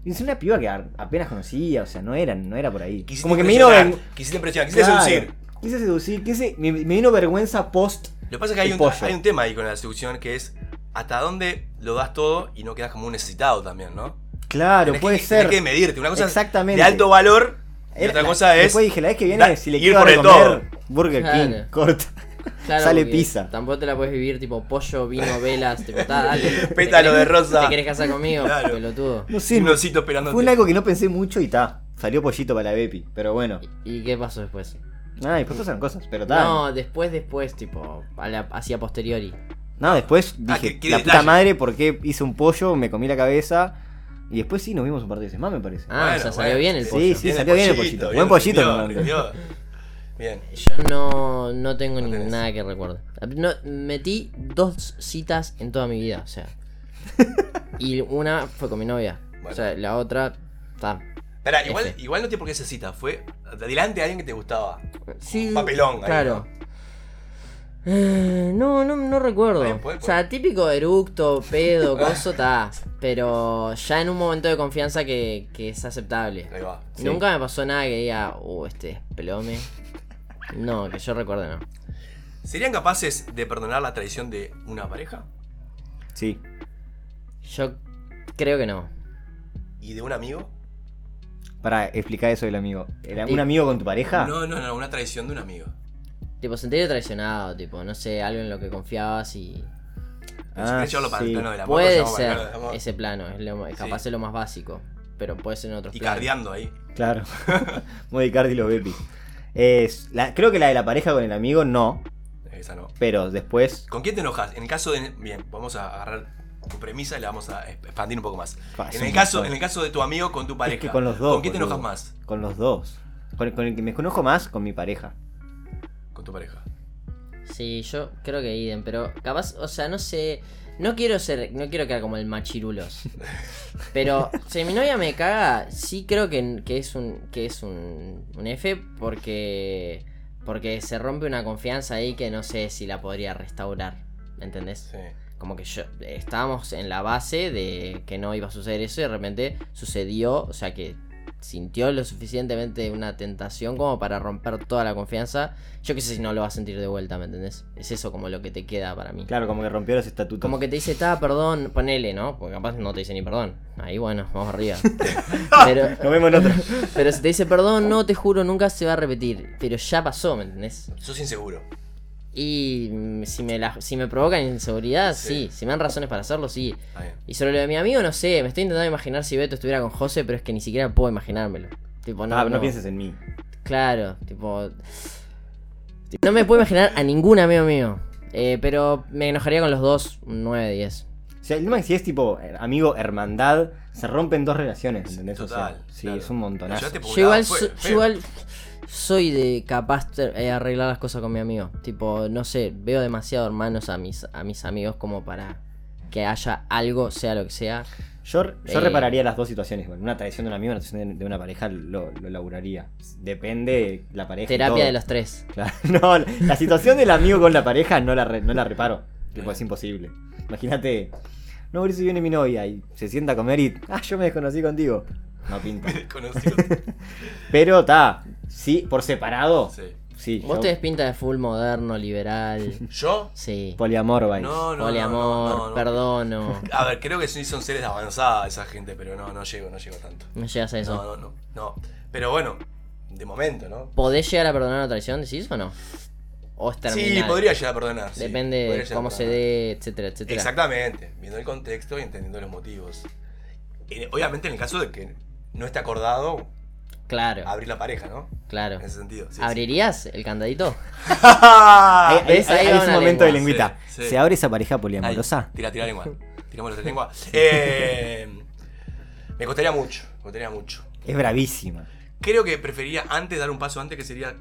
Y es una piba que a- apenas conocía, o sea, no era, no era por ahí. Quisiste Como que me vino impresionar, verg- Quisiste impresionar, quisiste Claro, seducir. Quise seducir, quise- me, me vino vergüenza post. Lo que pasa es que hay El un, pollo. hay un tema ahí con la seducción que es hasta dónde lo das todo y no quedas como un necesitado también, ¿no? Claro, Tenés puede que, ser. Tenés que medirte. Una cosa es Exactamente. de alto valor y Era- otra la- cosa es. Después dije, la vez que da- viene, si le ir quiero por el comer todo. Burger King, Claro. corta. Claro, Sale porque pizza. Tampoco te la puedes vivir tipo pollo, vino, velas, tipo, ta, dale. ¿Te Pétalo querés- de rosa. ¿Te querés casar conmigo? Claro. Pelotudo. No sé, Un osito esperándote. fue un algo que no pensé mucho y ta. Salió pollito para la Bepi, pero bueno. ¿Y qué pasó después? Ah, y después pasaron cosas, pero ta. No, No, después, después, tipo, a la- hacia posteriori. después Ah, dije, que- que la detalle. puta madre, ¿por qué hice un pollo? Me comí la cabeza. Y después sí, nos vimos un par de veces más, me parece. Ah, o sea, salió bien el sí, pollo. Sí, Sí, salió bien el pollito. Buen pollito, rindió, Fernando. rindió. Bien. Yo no, no tengo No ni- tenés. nada que recuerde. No, metí dos citas en toda mi vida, o sea. y una fue con mi novia. O Bueno. sea, la otra. Está. Pará, igual, F. igual no tiene por qué ser cita, fue adelante a alguien que te gustaba. Sí. Un papelón ahí, Claro. Eh, No, no, no recuerdo. Está bien, puede, O sea, típico eructo, pedo, coso, está. Pero ya en un momento de confianza que, que es aceptable. Ahí va. Sí. Nunca me pasó nada que diga, uh, este pelome. No, que yo recuerde, no. ¿Serían capaces de perdonar la traición de una pareja? Sí. Yo creo que no. ¿Y de un amigo? Para explicar eso del amigo. ¿Era Y- un amigo con tu pareja? No, no, no, una traición de un amigo. Tipo, sentirte traicionado, tipo, no sé, algo en lo que confiabas y. Si Ah, querés llevarlo para sí. el plano del amor, puede lo llevamos para el ser plano del amor. ese plano, es lo- es capaz Sí. es lo más básico, pero puede ser en otros Y planos. cardeando ahí. Claro. Muy Cardi y los Bepi. Es, la- creo que la de la pareja con el amigo no, Esa no. pero después. ¿Con quién te enojas? En el caso de. Bien, vamos a agarrar tu premisa y la vamos a expandir un poco más. Ah, Pa, es En el, un caso, montón. en el caso de tu amigo con tu pareja. Es que con los dos. quién te boludo. enojas más? Con los dos. Con, con el que me conozco más, con mi pareja. Con tu pareja. Sí, yo creo que Iden, pero capaz, o sea, no sé, no quiero ser, no quiero quedar como el machirulos. Pero si mi novia me caga, sí creo que, que es un que es un, un F porque porque se rompe una confianza ahí que no sé si la podría restaurar, ¿entendés? Sí. Como que yo estábamos en la base de que no iba a suceder eso y de repente sucedió, o sea que sintió lo suficientemente una tentación como para romper toda la confianza. Yo qué sé si no lo va a sentir de vuelta, ¿me entendés? Es eso como lo que te queda para mí. Claro, como que rompió los estatutos. Como que te dice, ta, perdón, ponele, ¿no? Porque capaz no te dice ni perdón. Ahí bueno, vamos arriba. pero, Nos vemos en otro. pero si te dice perdón, no, te juro, nunca se va a repetir. Pero ya pasó, ¿me entendés? Sos inseguro. Y mm, si me, la- si me provocan inseguridad, sí. Sí. Si me dan razones para hacerlo, sí. Está bien. Y sobre lo de mi amigo, no sé, me estoy intentando imaginar si Beto estuviera con José, pero es que ni siquiera puedo imaginármelo. Tipo, no, Ah, no, pienses en mí. Claro, tipo. tipo, No me puedo imaginar a ningún amigo mío. Eh, pero me enojaría con los dos, un 9 de 10. O sea, el tema es que si es tipo eh, amigo, hermandad, se rompen dos relaciones, ¿entendés? O sea, Total, sí, claro. es un montonazo. Llevaste Yo igual, poblada, fue so- yo feo. igual soy de capaz de eh, arreglar las cosas con mi amigo. Tipo, no sé, veo demasiado hermanos a mis, a mis amigos como para que haya algo, sea lo que sea. Yo, yo Eh. repararía las dos situaciones. Bueno, una traición de un amigo, una traición de- de una pareja, lo, lo laburaría. Depende la pareja. y todo. Terapia de los tres. Claro, No, la situación del amigo con la pareja no la, re- no la reparo. Tipo, es imposible. Imagínate, no, Mauricio, viene mi novia y se sienta a comer y. Ah, yo me desconocí contigo. No pinta. Desconocido. Pero está, sí, por separado. Sí, Sí. Vos yo- tenés pinta de full moderno, liberal. ¿Yo? Sí. Poliamor, Eh, vais. No, no. Poliamor, no, no, no. perdono. A ver, creo que sí son seres avanzadas esa gente, pero no, no llego, no llego tanto. No llegas a eso. No, no, no, no. Pero bueno, de momento, ¿no? ¿Podés llegar a perdonar una traición, decís o no? O es terminal. Sí, podría llegar a perdonar. sí, podría Depende llegar de a cómo se perdonar. dé, etcétera, etcétera. Exactamente, viendo el contexto y entendiendo los motivos. En- Obviamente en el caso de que no esté acordado, Claro, abrir la pareja, ¿no? claro. En ese sentido. sí, sí. ¿Abrirías el candadito? Ahí, ahí- ves, ahí ahí Ah, va es un una eh, momento de lengua. lengüita. Sí, sí. ¿Se abre esa pareja Ahí, poliamorosa? Tira, tira lengua. Tiramos la lengua. Eh, me costaría mucho, me costaría mucho. Es bravísima. Creo que preferiría antes dar un paso antes que sería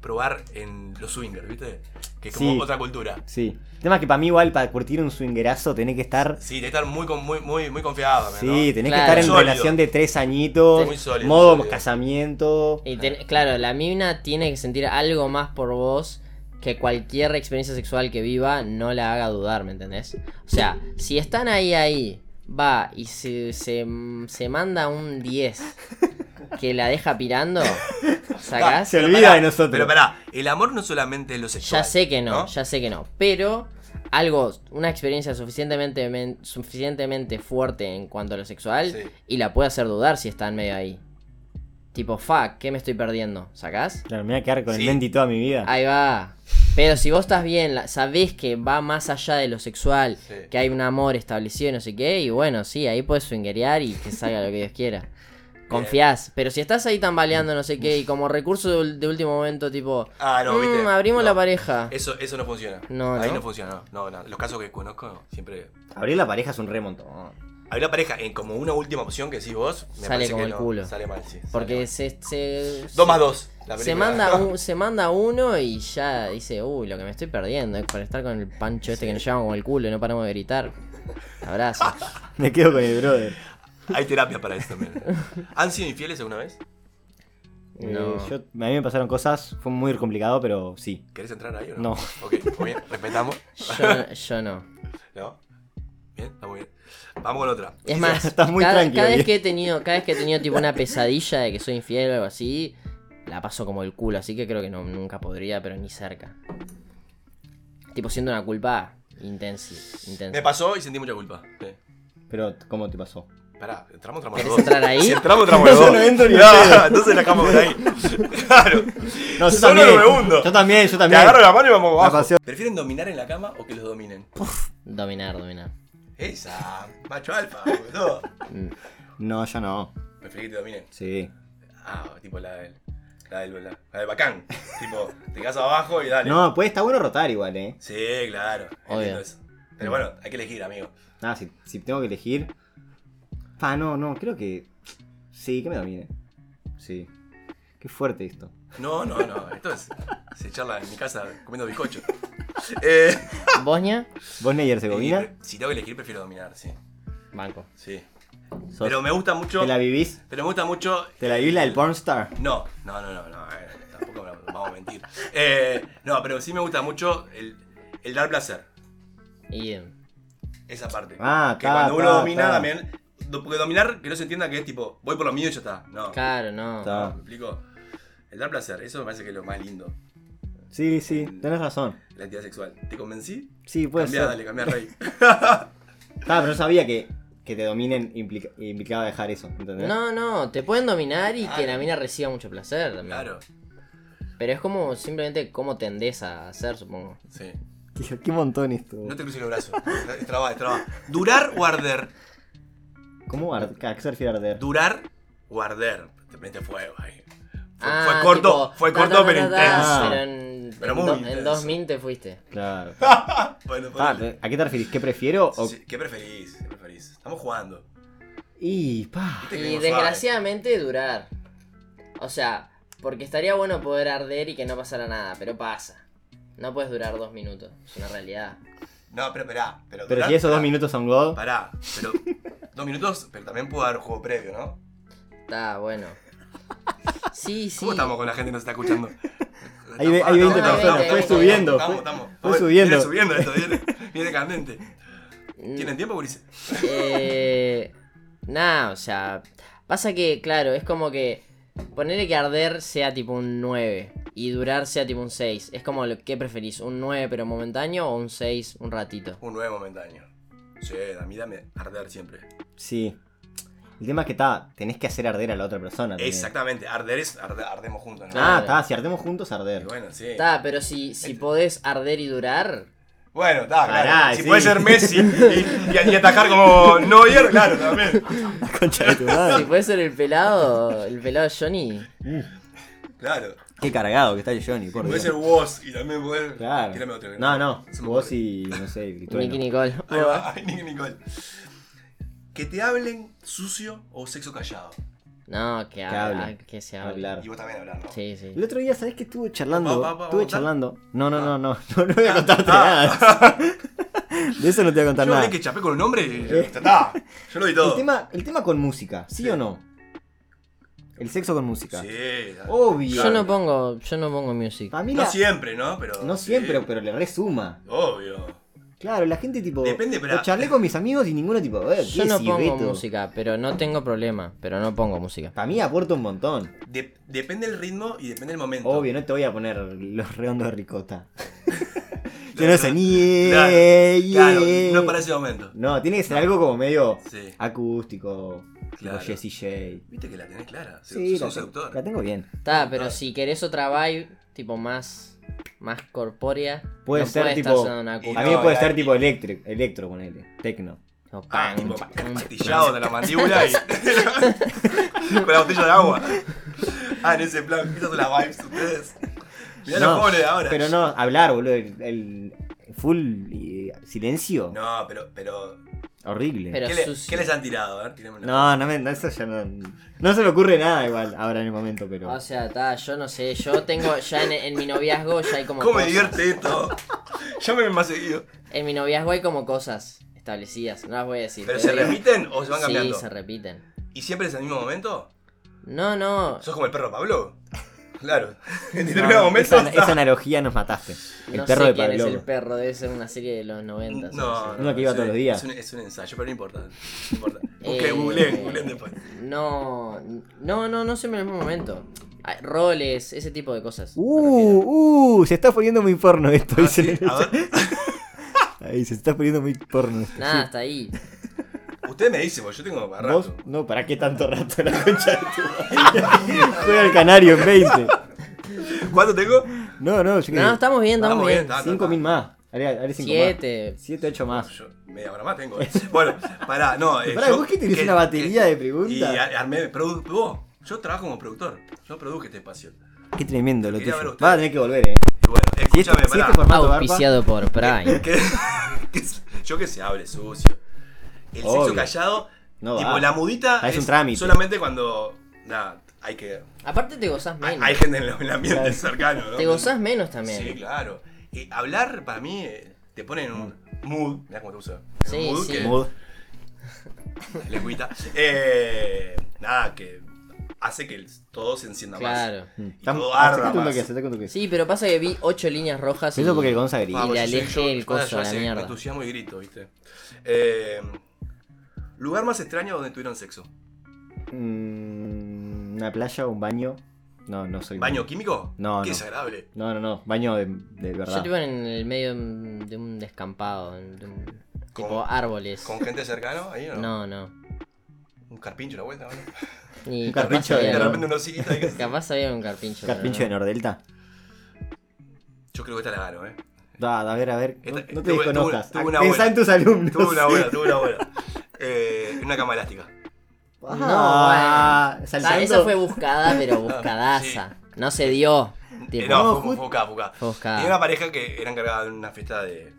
probar en los swingers, ¿viste? Que es como Sí. otra cultura. Sí. El tema es que para mí, igual, para curtir un swingerazo, tenés que estar. Sí, tenés que estar muy, con- muy, muy, muy confiado. ¿no? Sí, tenés Claro. que estar en Sólido. relación de tres añitos. Muy sólido, modo sólido. casamiento. Y ten- claro, la mina tiene que sentir algo más por vos que cualquier experiencia sexual que viva no la haga dudar, ¿me entendés? O sea, si están ahí, ahí, va y se, se, se manda un 10 que la deja pirando, Ah, sacás. Se pero olvida pará, de nosotros. Pero pará, el amor no solamente es lo sexual. Ya sé que no, ¿no? ya sé que no. Pero algo, una experiencia suficientemente, men- suficientemente fuerte en cuanto a lo sexual Sí. y la puede hacer dudar si está en medio ahí. Tipo, fuck, ¿qué me estoy perdiendo? ¿Sacás? Claro, me voy a quedar con Sí. el Menti toda mi vida. Ahí va. Pero si vos estás bien, la- sabés que va más allá de lo sexual, Sí. que hay un amor establecido y no sé qué, y bueno, sí, ahí puedes swingerear y que salga lo que Dios quiera. Confiás, pero si estás ahí tambaleando, no sé qué, y como recurso de, ul- de último momento, tipo, Ah, no, "Mm, viste. abrimos No. la pareja. Eso, eso no funciona. No, Ahí ¿no? no, funciona, no. no, no. Los casos que conozco siempre. Abrir la pareja es un remontón. Hay una pareja en como una última opción que decís vos. Me Sale parece como que el no, culo. Sale mal, sí. sale Porque mal. se, se- Dos más se- dos. la Se película. manda, un- se manda uno y ya dice, uy, lo que me estoy perdiendo es por estar con el pancho este que nos llama como el culo y no paramos de gritar. Abrazo. Me quedo con el brother. Hay terapia para eso también. ¿Han sido infieles alguna vez? Eh, No. yo- a mí me pasaron cosas, fue muy complicado, pero sí. ¿Querés entrar ahí o No. no? Ok, muy bien. Respetamos. Yo, yo no. ¿No? Bien, está muy bien. Vamos con otra. Es más, Estás muy cada, tranquilo, cada vez bien. que he tenido, cada vez que he tenido tipo una pesadilla de que soy infiel o algo así, la paso como el culo, así que creo que no, nunca podría, pero ni cerca. Tipo siendo una culpa intensa. Me intensa. pasó y sentí mucha culpa. Sí. Pero, ¿cómo te pasó? Pará, entramos, entramos los ¿Querés dos. entrar ahí? Si entramos, entramos los Yo dos. no entro ni No, en pedo. entonces la dejamos por ahí. Claro. No, Solo lo hundo. Yo también, yo Te también. agarro la mano y vamos La abajo. pasión. ¿Prefieren dominar en la cama o que los dominen? Dominar, dominar. Esa, macho alfa, boludo. No, yo no. Preferí que te dominen. Sí. Ah, tipo la del. La del, la, la del bacán. tipo, te quedas abajo y dale. No, pues está bueno rotar igual, eh. Sí, claro. Obvio. entiendo eso. Pero bueno, hay que elegir, amigo. Ah, si, si tengo que elegir. Ah, no, no, creo que. Sí, que me domine. Sí. Qué fuerte esto. No, no, no. Esto es. Se charla en mi casa comiendo bizcocho. Eh, Bosnia, ¿Vos, Ney y Herzegovina? pre- si tengo que elegir, prefiero dominar, sí. banco. Sí. ¿Sos- Pero me gusta mucho. ¿Te la vivís? Pero me gusta mucho. ¿Te la vivís la del pornstar? No, no, no, no, no, eh, tampoco me- vamos a mentir. Eh, no, pero sí me gusta mucho el, el dar placer. Y eh, Esa parte. Ah, Que ta, cuando uno ta, domina ta. también. do- Porque dominar, que no se entienda que es tipo, voy por lo mío y ya está. No. claro, no. Está. ¿Me explico? El dar placer, eso me parece que es lo más lindo. Sí, sí, tenés razón. La entidad sexual. ¿Te convencí? Sí, puede cambiá, ser. dale, cambiá, rey. Ah, pero yo sabía que, que te dominen implica- implicaba dejar eso, ¿Eh? ¿entendés? No, no, te pueden dominar y que Claro. la mina reciba mucho placer también. claro, Pero es como simplemente cómo tendés a hacer, supongo. sí. Qué, qué montón esto. No te cruces los brazos. Estraba, estraba. Durar o arder. ¿Cómo ar- ¿A qué se refiere arder? Durar o arder. Te mete fuego ahí. Fue- fue Ah, corto- fue corto, pero intenso. Pero en, Pero en muy do- intenso. en 2000 te fuiste. Claro. Bueno, Ah, ponele. ¿a qué te referís? ¿Qué prefiero? O- Sí, ¿Qué preferís? ¿Qué preferís? Estamos jugando. Y, pa. Viste que Y venimos desgraciadamente durar. O sea, porque estaría bueno poder arder y que no pasara nada, pero pasa. No puedes durar dos minutos, es una realidad. suave. No, pero esperá. Pero, Pero durá- si esos pará, dos minutos son God. Pará, pero. dos minutos, pero también puedo dar un juego previo, ¿no? Está bueno. Sí, sí. ¿Cómo estamos con la gente que nos está escuchando? Ahí ve- ahí Estamos- estamos- 20 estamos- personas, estamos- fue estamos- subiendo, estamos- fue- estamos- fue Viene subiendo. subiendo esto, viene, viene candente. Mm, ¿Tienen tiempo, Gurice? Eh, nada, o sea. Pasa que, claro, es como que. Ponerle que arder sea tipo un 9 y durar sea tipo un 6. Es como lo que preferís, un 9 pero momentáneo o un 6 un ratito. Un nuevo momentáneo. Sí, a mí dame arder siempre. Sí. El tema es que está, tenés que hacer arder a la otra persona. también. Exactamente, arder es arde- ardemos juntos, ¿no? Ah, Claro. está, si ardemos juntos, Y arder. Bueno, sí. Está, pero si, si podés arder y durar. Bueno, está, Pará, claro. Si sí. puede ser Messi y, y- y atajar como Neuer, claro, también. La concha de tu Si madre. podés ser el pelado, el pelado Johnny. Claro. Qué cargado que está el Johnny, por Puede Dios. ser Woz y también puede. Claro. Tírame otro. que No, no. se me Vos ocurre. y, no sé, Lituano. Nicky Nicole. Ahí va, ahí, Nick Nicole. Que te hablen sucio o sexo callado. No, que habla, hable. que se habla. Hablar. Y vos también hablar, ¿no? Sí, sí. El otro día, ¿sabés que estuve Va, charlando? va, va, estuve va, charlando. No, no, no, no, no. No voy a contarte nada. De eso no te voy a ah. Yo contar hablé nada. que chapé con un hombre y. ya está. Yo lo vi todo. El tema, el tema con música, ¿sí, Sí. o no? El sexo con música. Sí. ya. Obvio. Yo no pongo, yo no pongo music. Para mí No la- siempre, ¿no? Pero. no sí. siempre, pero le resuma. Obvio. Claro, la gente tipo. Depende, pero- Lo charlé con mis amigos y ninguno tipo. Eh, Yo no pongo música, pero no tengo problema, pero no pongo música. Para mí aporta un montón. De- depende el ritmo y depende el momento. Obvio, no te voy a poner los redondos de ricota. Yo no sé ni. Claro, eh, claro, eh. no para ese momento. No, tiene que ser algo como medio Sí. acústico, Claro. tipo Jesse J. Viste que la tenés clara. Sí, sos la, un te- seductor. la tengo bien. Está, pero si querés otra vibe, tipo más, más corpórea, Puede no ser puede tipo- estar sonando una Y a acústica. mí no, me puede la- ser tipo electro, electro ponele, tecno. O Ah, pan, tipo un- martillado de la mandíbula y. con la botella de agua. Ah, en ese plan, esas son las vibes ustedes. Mirá los pobres de ahora. Pero no, hablar, boludo, el, el full eh, silencio, No, pero. pero horrible. Pero ¿qué, le- sucio. qué les han tirado? A ver, tirame una. No, no, me, no, eso ya no, no se me ocurre nada igual ahora en el momento, pero... O sea, está, yo no sé, yo tengo, ya en, en mi noviazgo ya hay como ¿Cómo me cosas. divierte esto? Llámeme más seguido. En mi noviazgo hay como cosas establecidas, no las voy a decir. ¿Pero te se digo- repiten o se van cambiando? Sí, se repiten. ¿Y siempre es el mismo momento? No, no, ¿Sos como el perro Pablo? Claro. En determinado No, momento. esa, está- esa analogía nos mataste. El no perro sé de quién es el Pablo. perro, debe ser una serie de los 90. No, Uno que iba es todos un- los días. Es un, es un ensayo, pero no importa. No importa. Ok, Eh, googleen, googleen después. No, no, no, no siempre en el mismo momento. Ah, Roles, ese tipo de cosas. me refiero. Uh, uh, se está poniendo muy porno esto. Ah, dicen sí, en el a ver, chat. Ahí se está poniendo muy porno este esto. Nada, hasta ahí. usted me dice, porque yo tengo para ¿Vos? rato. No, ¿para qué tanto rato la concha de tu madre? Juega el canario en 20. ¿Cuánto tengo? No, no, yo No, qué estamos bien, estamos Estamos bien. bien, está- 5000 más. Haré, haré 5 Siete. más. 7, 8 más. Yo media hora más tengo. Bueno, pará, no. eh, Pará, yo- ¿vos qué tenés una batería de preguntas? Y a- armé. produ- Vos, yo trabajo como productor. Yo produzco este espacio. Qué tremendo lo Quería ver tuyo. usted. Vas a tener que volver, eh. Y bueno, Si este, escúchame, si este pará. formato barba- Auspiciado por Prime. Que- que se- yo que se hable sucio. El sexo Obvio. callado. No tipo, va. la mudita. Ah, es un trámite. Solamente cuando. Nada, hay que. Aparte te gozás Hay, menos. hay gente en el- en el ambiente cercano, ¿no? Te gozás menos también. Sí, claro. Y hablar para mí eh, te pone en un mood. Mirá cómo te uso. En un Sí, mood sí. que- Mood. lengüita. Eh, nada, que hace que el- todo se encienda Claro. más. Y Estamos- todo ah, se arda cuenta más. que, se cuenta que. Sí, pero pasa que vi ocho líneas rojas. y- Eso porque el Gonza grita. Ah, Vamos, le yo soy- aleje pues yo- el yo- coso yo a la hace mierda. entusiasmo y grito, ¿viste? Eh, lugar más extraño donde tuvieron sexo. Mm, Una playa, un baño. No, no soy. ¿Baño químico? No, Qué no. desagradable. No, no, no. Baño de, de Yo verdad. te iba en el medio de un- de un descampado, de un- tipo Con- árboles. ¿Con gente cercana? Ahí o No, no. no. Un carpincho a la vuelta, ¿no? Ni Un capaz carpincho había de- De algo. repente un osito ahí que- Capaz había un carpincho. pero Carpincho de no. Nordelta. Yo creo que esta la gano, ¿eh? Da, da, a ver, a ver. No, Esta- no te tuve- desconozcas. tuve- tuve una Pensá buena. en tus alumnos. Tuve una buena, tuve una buena. Eh, en una cama elástica. No, Ah, bueno. saltando. Ta, esa fue buscada, pero buscadaza. No se dio. Eh, Tipo, "Oh, Ah. No, no, fue, justo- fue acá, fue acá. Fue acá. Tenía una pareja que era encargada de una fiesta de.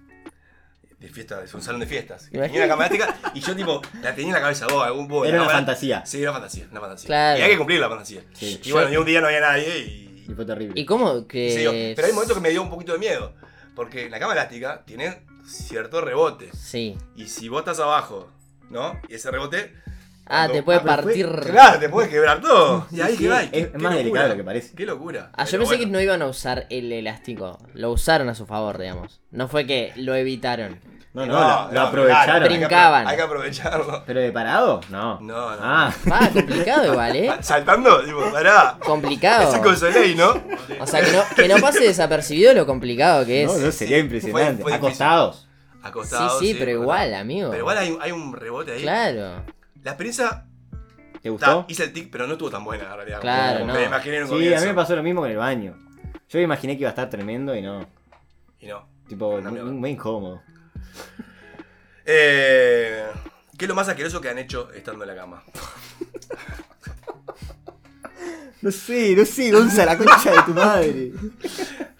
de fiesta, es un salón de fiestas. Que tenía Imagínate. una camática y yo, tipo, la tenía en la cabeza, vos, algún vos, Era la una cámara- fantasía. Sí, era una fantasía, una fantasía. Claro. Y hay que cumplir la fantasía. Sí. Y bueno, Yo- y un día no había nadie y. Y fue terrible. ¿Y cómo y se dio. que.? Pero hay momentos que me dio un poquito de miedo. Porque la cama elástica tiene cierto rebote. Sí. Y si vos estás abajo, ¿no? Y ese rebote. Ah, cuando- te puede Ah, pero fue- partir. Claro, te puedes quebrar todo. Y ahí Sí, que es más delicado de lo que parece. Qué locura. Ah, yo Pero pensé bueno. que no iban a usar el elástico. Lo usaron a su favor, digamos. No fue que lo evitaron. No, no, No, lo, lo no, aprovecharon. claro, hay que apro- Brincaban. Hay que aprovecharlo. ¿Pero de parado? No. No, no. Ah, Va, complicado igual, ¿eh? Saltando, tipo, pará. Complicado. Ese con Soleil, ¿no? O sea, que no, que no pase desapercibido lo complicado que es. no, no, sería sí, impresionante. fue- fue difícil. Acostados. sí, Acostado. sí, pero igual, acostado. amigo. Pero igual ¿eh? hay, hay un rebote ahí. Claro. La experiencia. ¿Te ta, gustó? Ah, hice el tic, pero no estuvo tan buena en realidad. Claro, como no. Me imaginé en un Sí, a comienzo. mí me pasó lo mismo con el baño. Yo me imaginé que iba a estar tremendo y no. Y no. Tipo, Una muy, mierda. muy incómodo. Eh, ¿Qué es lo más asqueroso que han hecho estando en la cama? No sé, no sé, Gonza, la concha de tu madre.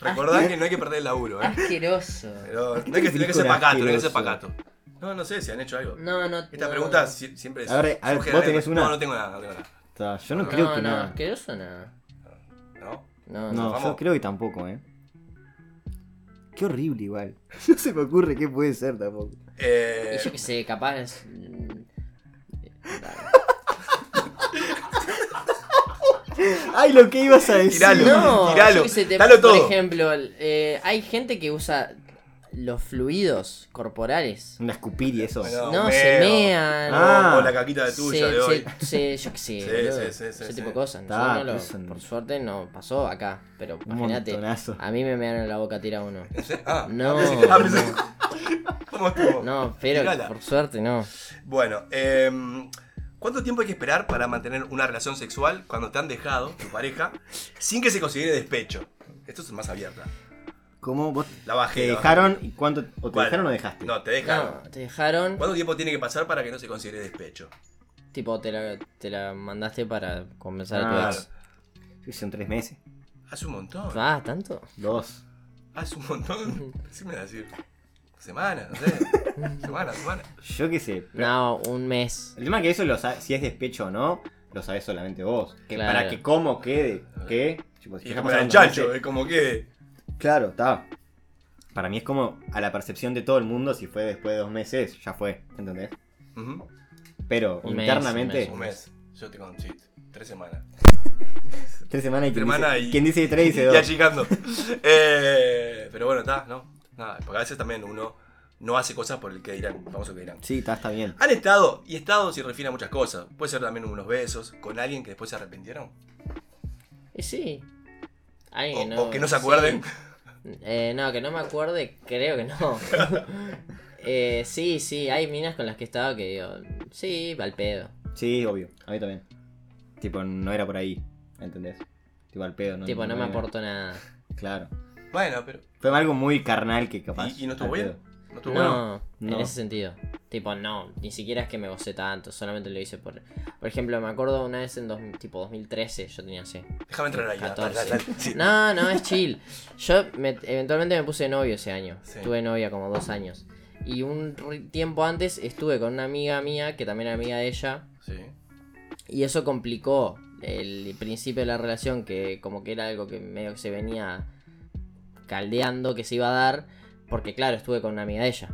Recordad que no hay que perder el laburo, ¿eh? Asqueroso. Pero no hay que, no hay que ser película pacato, no hay que ser asqueroso. pacato. No, no sé si han hecho algo. No, no. Esta no, pregunta no. si- siempre es. A ver, a ver, surge ¿vos de- tenés una? No, no tengo nada, no tengo nada. Ta, yo no, creo no, que no, nada. asqueroso no. ¿No? No, No, no. yo vamos. creo que tampoco, eh. Qué horrible igual. No se me ocurre qué puede ser tampoco. Eh, Y yo qué sé, capaz. mm, Ay, lo que ibas a decir. Tiralo. No, tiralo, yo qué sé, te- dalo todo. Por ejemplo, el- eh, hay gente que usa los fluidos corporales. Una escupir y eso. Bueno. No, No, se meo. mean. Ah, o la caquita de tuya se- de hoy. se- se- yo qué sé, Sí, boludo, sí, sí, sí, ese sí. tipo de cosas. Ta, Nosotros no pero lo- eso no- por suerte no pasó acá, pero Un imagínate. montonazo. A mí me mearon en la boca tira uno. Ah, No, pensé que- ah, pensé que- ¿Cómo estuvo? No, pero Tirala. por suerte no. Bueno, em, ¿cuánto tiempo hay que esperar para mantener una relación sexual cuando te han dejado, tu pareja, sin que se considere despecho? Esto es más abierta. ¿Cómo vos La bajé. te la bajé. dejaron y cuánto o te ¿Cuál? dejaron o dejaste? No, te dejaron. No, te dejaron. ¿Cuánto tiempo tiene que pasar para que no se considere despecho? Tipo, te la, te la mandaste para conversar Ah, a tu ex. sí, Son tres meses. Pues, Hace un montón. Ah, ¿tanto? Dos. Hace un montón. Sí me vas a decir. Semana, no sé. Semana, semana. Yo qué sé. pero- No, un mes. El tema es que eso lo sa- si es despecho o no, lo sabes solamente vos. Que Claro. para que cómo quede, qué. Tipo, si Y es está como el pasando tres chancho, eh. meses- es como que. Claro, está. Para mí es como a la percepción de todo el mundo, si fue después de dos meses, ya fue, ¿entendés? Ujú. Pero Un mes, internamente, Sí. Un mes. Yo tengo un chiste. Tres semanas. tres semanas y quien, Semana dice, y- quien dice tres dice Y dos. achicando. Eh, pero bueno, está, ¿no? Nada, porque a veces también uno no hace cosas por el que dirán, famoso que dirán. Sí, está, está bien. Han estado, y estado se refiere a muchas cosas. Puede ser también unos besos con alguien que después se arrepintieron. Y sí. O, Alguien o que no se acuerden. sí. Eh, no, que no me acuerde, creo que no. eh, sí, sí, hay minas con las que he estado que digo, sí, al pedo. Sí, obvio, a mí también. Tipo, no era por ahí, ¿entendés? Tipo, al pedo, ¿no? tipo, no, me era- aportó nada. Claro. Bueno, pero. Fue algo muy carnal que capaz. ¿Y, y no al estuvo bien? pedo. No estuvo bueno. No, No. en ese sentido. Tipo, no, ni siquiera es que me gocé tanto, solamente lo hice por... Por ejemplo, me acuerdo una vez en dos, tipo 2013, yo tenía así. Déjame entrar ahí. dale, 14. dale, dale. Sí. No, no, es chill. Yo me- eventualmente me puse de novio ese año. Sí. Tuve novia como dos años. Y un ri- tiempo antes estuve con una amiga mía, que también era amiga de ella, Sí. y eso complicó el principio de la relación, que como que era algo que medio que se venía caldeando, que se iba a dar, porque claro, estuve con una amiga de ella.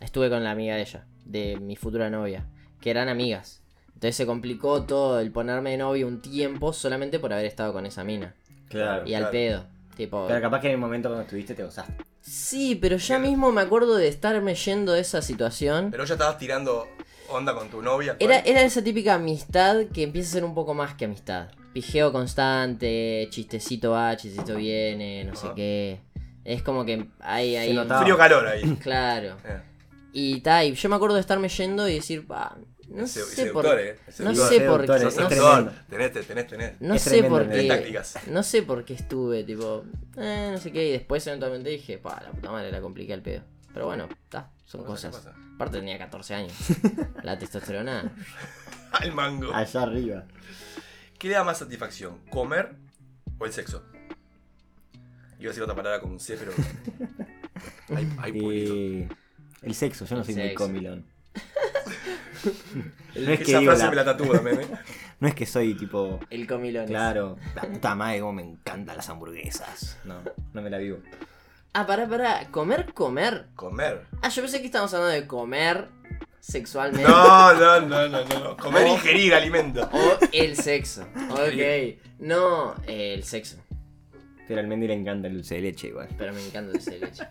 Estuve con la amiga de ella, de mi futura novia, que eran amigas. Entonces se complicó todo el ponerme de novio un tiempo solamente por haber estado con esa mina. Claro. Y al Claro. pedo. Tipo, Pero capaz que en el momento cuando estuviste te gozaste. Sí, pero ya mismo me acuerdo de estarme yendo de esa situación. Pero ya estabas tirando onda con tu novia. Era, ¿cuál? era esa típica amistad que empieza a ser un poco más que amistad. Pijeo constante, chistecito va, chistecito viene, no sé Ajá. qué. Es como que hay ahí. notaba. Frío calor ahí. Claro. Eh, Y ta, y yo me acuerdo de estarme yendo y decir, pa, no Ese- sé por seductor, eh, No seductor. sé por Seductor, qué. eh, No, Sos es sé- Eh, seductor. tremendo. Tenés, tenés, tenés. no Es sé tremendo, por tenés qué. tácticas. No sé por qué estuve, tipo, eh, no sé qué. Y después eventualmente dije, pa, la puta madre la compliqué al pedo. Pero bueno, está. Son Cosas cosas. que Aparte tenía 14 años. La testosterona. Al mango. Allá arriba. ¿Qué le da más satisfacción? ¿Comer o el sexo? Iba a decir otra palabra con un C, pero. Ay, ay, pulito. Eh, el sexo, yo no El soy muy sexo. comilón. no, es que Esa digo frase la- me la tatúo también, ¿eh? no es que soy tipo, El comilón. claro, la puta madre, cómo me encantan las hamburguesas. No, no me la vivo. Ah, pará, pará. Comer, comer. Comer. Ah, yo pensé que estábamos hablando de comer sexualmente. No, no, no, no, no. no. Comer, ingerir alimento. O el sexo. Ok. No, eh, el sexo. Pero al Mendy le encanta el dulce de leche igual. Pero me encanta el dulce de leche.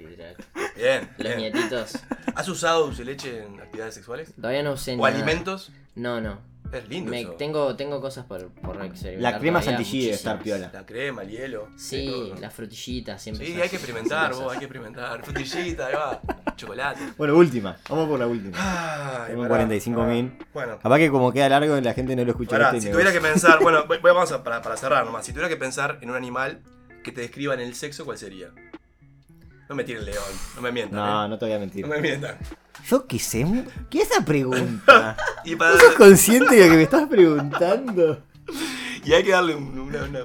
Literal. Bien, Los bien. nietitos. ¿Has usado dulce de leche en actividades sexuales? Todavía no usé ¿O nada. alimentos? No, no. Es lindo Me- eso. tengo, tengo cosas por, por experimentar. La crema todavía, chantilly debe estar muchísimas. piola. La crema, el hielo. de Sí, todo. las frutillitas siempre. Sí, son- hay que experimentar, son vos, hay que experimentar. Frutillita, ahí va. Chocolate. Bueno, última, vamos por la última. Ay, Tengo pará. 45.000. Ah, Bueno. Capaz que como queda largo la gente no lo escucha. Pará, ¿viste? si Y me tuviera voy. que pensar, bueno, voy- voy- vamos a, para, para cerrar nomás. Si tuviera que pensar en un animal que te describa en el sexo, ¿cuál sería? No me tiren león, no me mientan. No, eh. no te voy a no mentir. me mientan. Yo qué sé, mu- ¿qué es esa pregunta? Y, ¿Tú para, sos consciente de lo que me estás preguntando? y hay que darle un, una- una-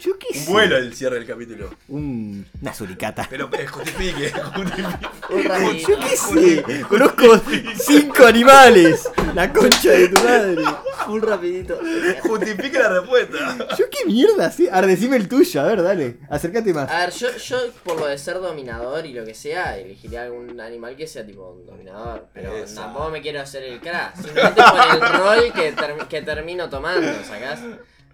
Yo qué un sé. vuelo al cierre del capítulo. Un- una suricata. Pero eh, justifique, justifique. Un ratito. Yo qué sé, conozco cinco animales. La concha de tu madre. Un rapidito. Justifique la respuesta. Yo qué mierda, sí. Ahora decime el tuyo, a ver, dale. Acércate más. A ver, yo, yo por lo de ser dominador y lo que sea, elegiría algún animal que sea tipo un dominador. Pero Esa. tampoco me quiero hacer el crack. Simplemente por el rol que, ter- que termino tomando, ¿sacás?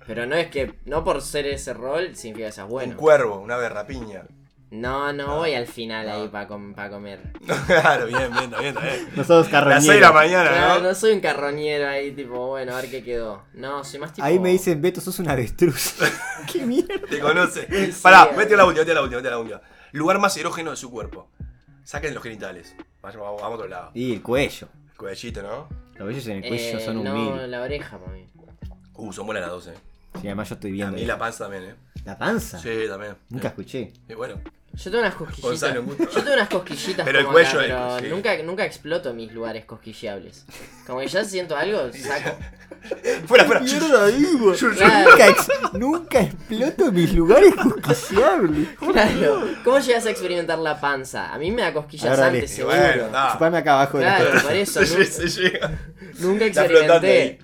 Pero no es que, no por ser ese rol significa que seas Un bueno. cuervo, una berrapiña. No, no voy al final No. ahí para comer. claro, bien, bien, bien, bien. No somos Las 6 de la carroñeros. mañana, Claro, ¿no? no soy un carroñero ahí, tipo, bueno, a ver qué quedó. No, soy más tipo. Ahí me dicen, Beto, sos un avestruz. qué mierda. Te conoce. Sí, Pará, sí, vete a la última, vete a la última, vete a la última. Lugar más erógeno de su cuerpo. Saquen los genitales. Vaya, Vamos, vamos a otro lado. Y el cuello. El Cuellito, ¿no? Los bellos en el cuello Eh, son un no, mil. la oreja, mami. Uh, son buenas las 12. Sí, además yo estoy A viendo. mí la panza también, ¿eh? ¿La panza? Sí, también. Nunca Eh, escuché. Y bueno, Yo tengo unas cosquillitas. Gonzalo, un gusto. Yo tengo unas cosquillitas. Pero el como acá, cuello es- pero sí. nunca, nunca exploto mis lugares cosquilleables. Como que ya siento algo, saco. Fuera, fuera. Mierda, digo. Claro. Nunca, ex- nunca exploto mis lugares cosquilleables. Claro. ¿Cómo llegas a experimentar la panza? A mí me da cosquillas A ver, dale. antes, Y seguro. bueno, está. Chupame acá abajo de la Claro. cola. por eso, Se- ¿no? se llega. Nunca Está flotando experimenté.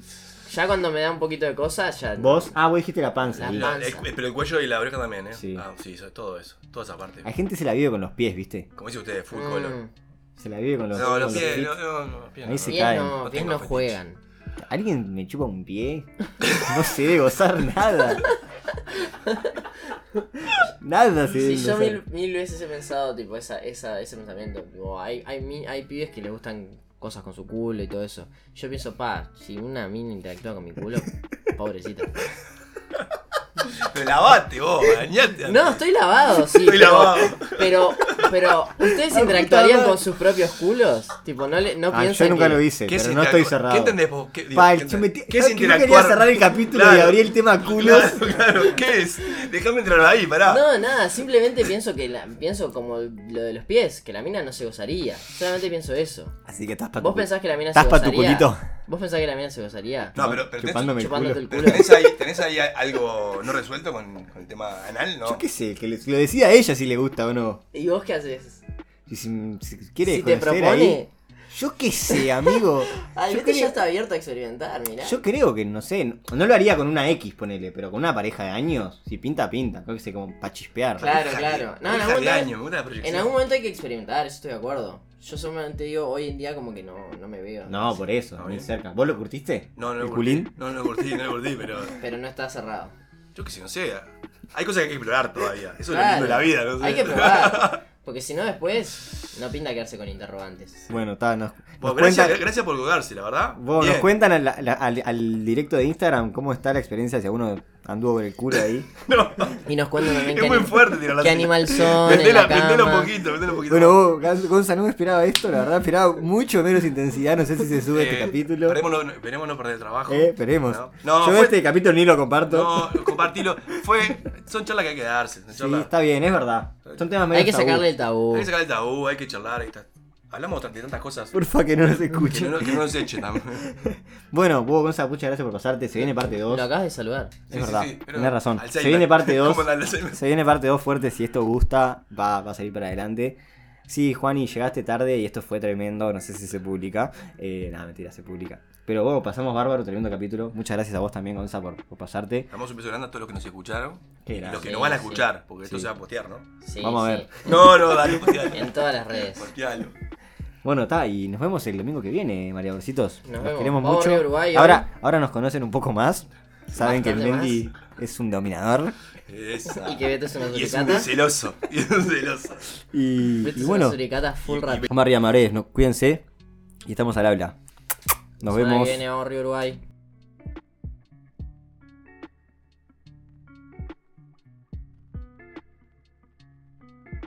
Ya cuando me da un poquito de cosas, ya. ¿Vos? Ah, vos dijiste la panza. La bien. panza. El- el- Pero el cuello y la oreja también, ¿eh? Sí. Ah, sí, eso- todo eso. Toda esa parte. Hay gente se la vive con los pies, ¿viste? Como dice ustedes, full Mm. color. se la vive con los, No, con los pies, feet. no, no, no, pies Ahí no, se no. Pies caen. no, No pies tengo no fetiche. juegan. ¿Alguien me chupa un pie? No se debe gozar nada. Nada se debe Sí, yo gozar. mil, mil veces he pensado, tipo, esa, esa, ese pensamiento. Tipo, hay, hay, mi- hay pibes que le gustan cosas con su culo y todo eso. Yo pienso, pa, si una mina interactúa con mi culo, pobrecita. Te lavaste vos, bañate. No, estoy lavado, sí. Estoy pero, lavado. Pero, pero, ¿ustedes La puta interactuarían madre. con sus propios culos? Tipo, no, le, no Ah, piensan yo nunca que- lo hice, ¿Qué es pero no interactu- estoy cerrado. ¿Qué entendés vos? ¿Qué, digo, Pa, ¿qué yo entendés? me ti- ¿Qué es yo quería interactuar? cerrar el capítulo y Claro. abrí el tema culos. Claro, claro, ¿qué es? Déjame entrar ahí, pará. No, nada, simplemente pienso que la, pienso como lo de los pies, que la mina no se gozaría. Solamente pienso eso. Así que estás pa' ¿Vos tu- pensás que la mina se ¿Estás pa' tu gozaría? culito? ¿Vos pensás que la mina se gozaría? No, pero- pero chupándome el Chupándote culo. el Pero culo. ¿Tenés ahí, tenés ahí algo no resuelto con, con el tema anal? No. Yo qué sé, que le- lo decida a ella si le gusta o no. ¿Y vos qué haces? Si, si- si quiere si te conocer propone. ahí. Yo qué sé, amigo. Ay, yo, viste, ya creo, está abierto a experimentar, mirá. yo creo que, no sé, no, no lo haría con una X, ponele, pero con una pareja de años, si pinta, pinta. Creo que sé, como para chispear. Claro, Hija claro. de- No, en hija algún de momento- año, una proyección. En algún momento hay que experimentar, eso estoy de acuerdo. Yo solamente digo, hoy en día como que no, no me veo. No, por eso, Ah, muy bien. cerca. ¿Vos lo curtiste? No, no ¿El lo curtí. culín? No, no lo curtí, no lo curtí, pero. Pero no está cerrado. Yo qué sé, no sé. Hay cosas que hay que explorar todavía. Eso es lo Claro. lindo de la vida, ¿no? Hay que probar. Porque si no después, no pinta quedarse con interrogantes. Bueno, está, nos, nos Bueno, gracias, cuentan- gracias por colgarse, la verdad. vos, eh, Bien. nos cuentan al, al- al- al directo de Instagram cómo está la experiencia si alguno anduvo con el culo ahí. No, Y nos cuentan también es qué, muy ani- fuerte tirar la qué animal son. en Vendela, la vendela un cama. poquito, vendela un poquito. Bueno, vos, Gonz- Gonza, no me esperaba esto, la verdad, esperaba mucho menos intensidad, no sé si se sube este Eh, capítulo. Esperemos no, esperemos no perder el trabajo. Eh, esperemos. No, no, Yo fue- este capítulo ni lo comparto. no, compartilo. Fue, son charlas que hay que darse. son sí, charlas- está bien, es verdad. Son temas medio Hay que tabú. sacarle el tabú. Hay que sacar el tabú, hay que charlar. Hay que estar- Hablamos de tantas cosas. Porfa que no nos Que escuchen. no, que no nos echen también. Bueno, Bobo Gonza, muchas gracias por pasarte. Se viene parte 2. Lo acabas de saludar. Es verdad, pero tenés razón. Alzheimer. Se viene parte 2. ¿Cómo anda el Alzheimer? Se viene parte 2 fuerte. Si esto gusta, va, va a salir para adelante. Sí, Juani, llegaste tarde y esto fue tremendo. No sé si se publica. Eh, nada, mentira, se publica. Pero bueno, pasamos bárbaro, tremendo capítulo. Muchas gracias a vos también, Gonza, por, por pasarte. Estamos impresionando a todos los que nos escucharon. Qué Y los gracia. que no van a Sí, escuchar, porque esto Sí. se va a postear, ¿no? Sí, Vamos a sí. ver. No, no, dale, postealo. En todas las redes. postealo. Bueno, está, y nos vemos el domingo que viene, María Borcitos. Nos Nos vemos. queremos Vamos mucho. a Uruguay ahora, ahora nos conocen un poco más. Saben que el Bastante Mendy es un dominador. Esa. Y que Beto es una Y es un suricata. celoso. Y es un celoso. Y, y Beto Este es una bueno, suricata full Y- y rap. María Marés, no, cuídense. Y estamos al habla. Nos Semana que vemos. viene vamos a Río Uruguay.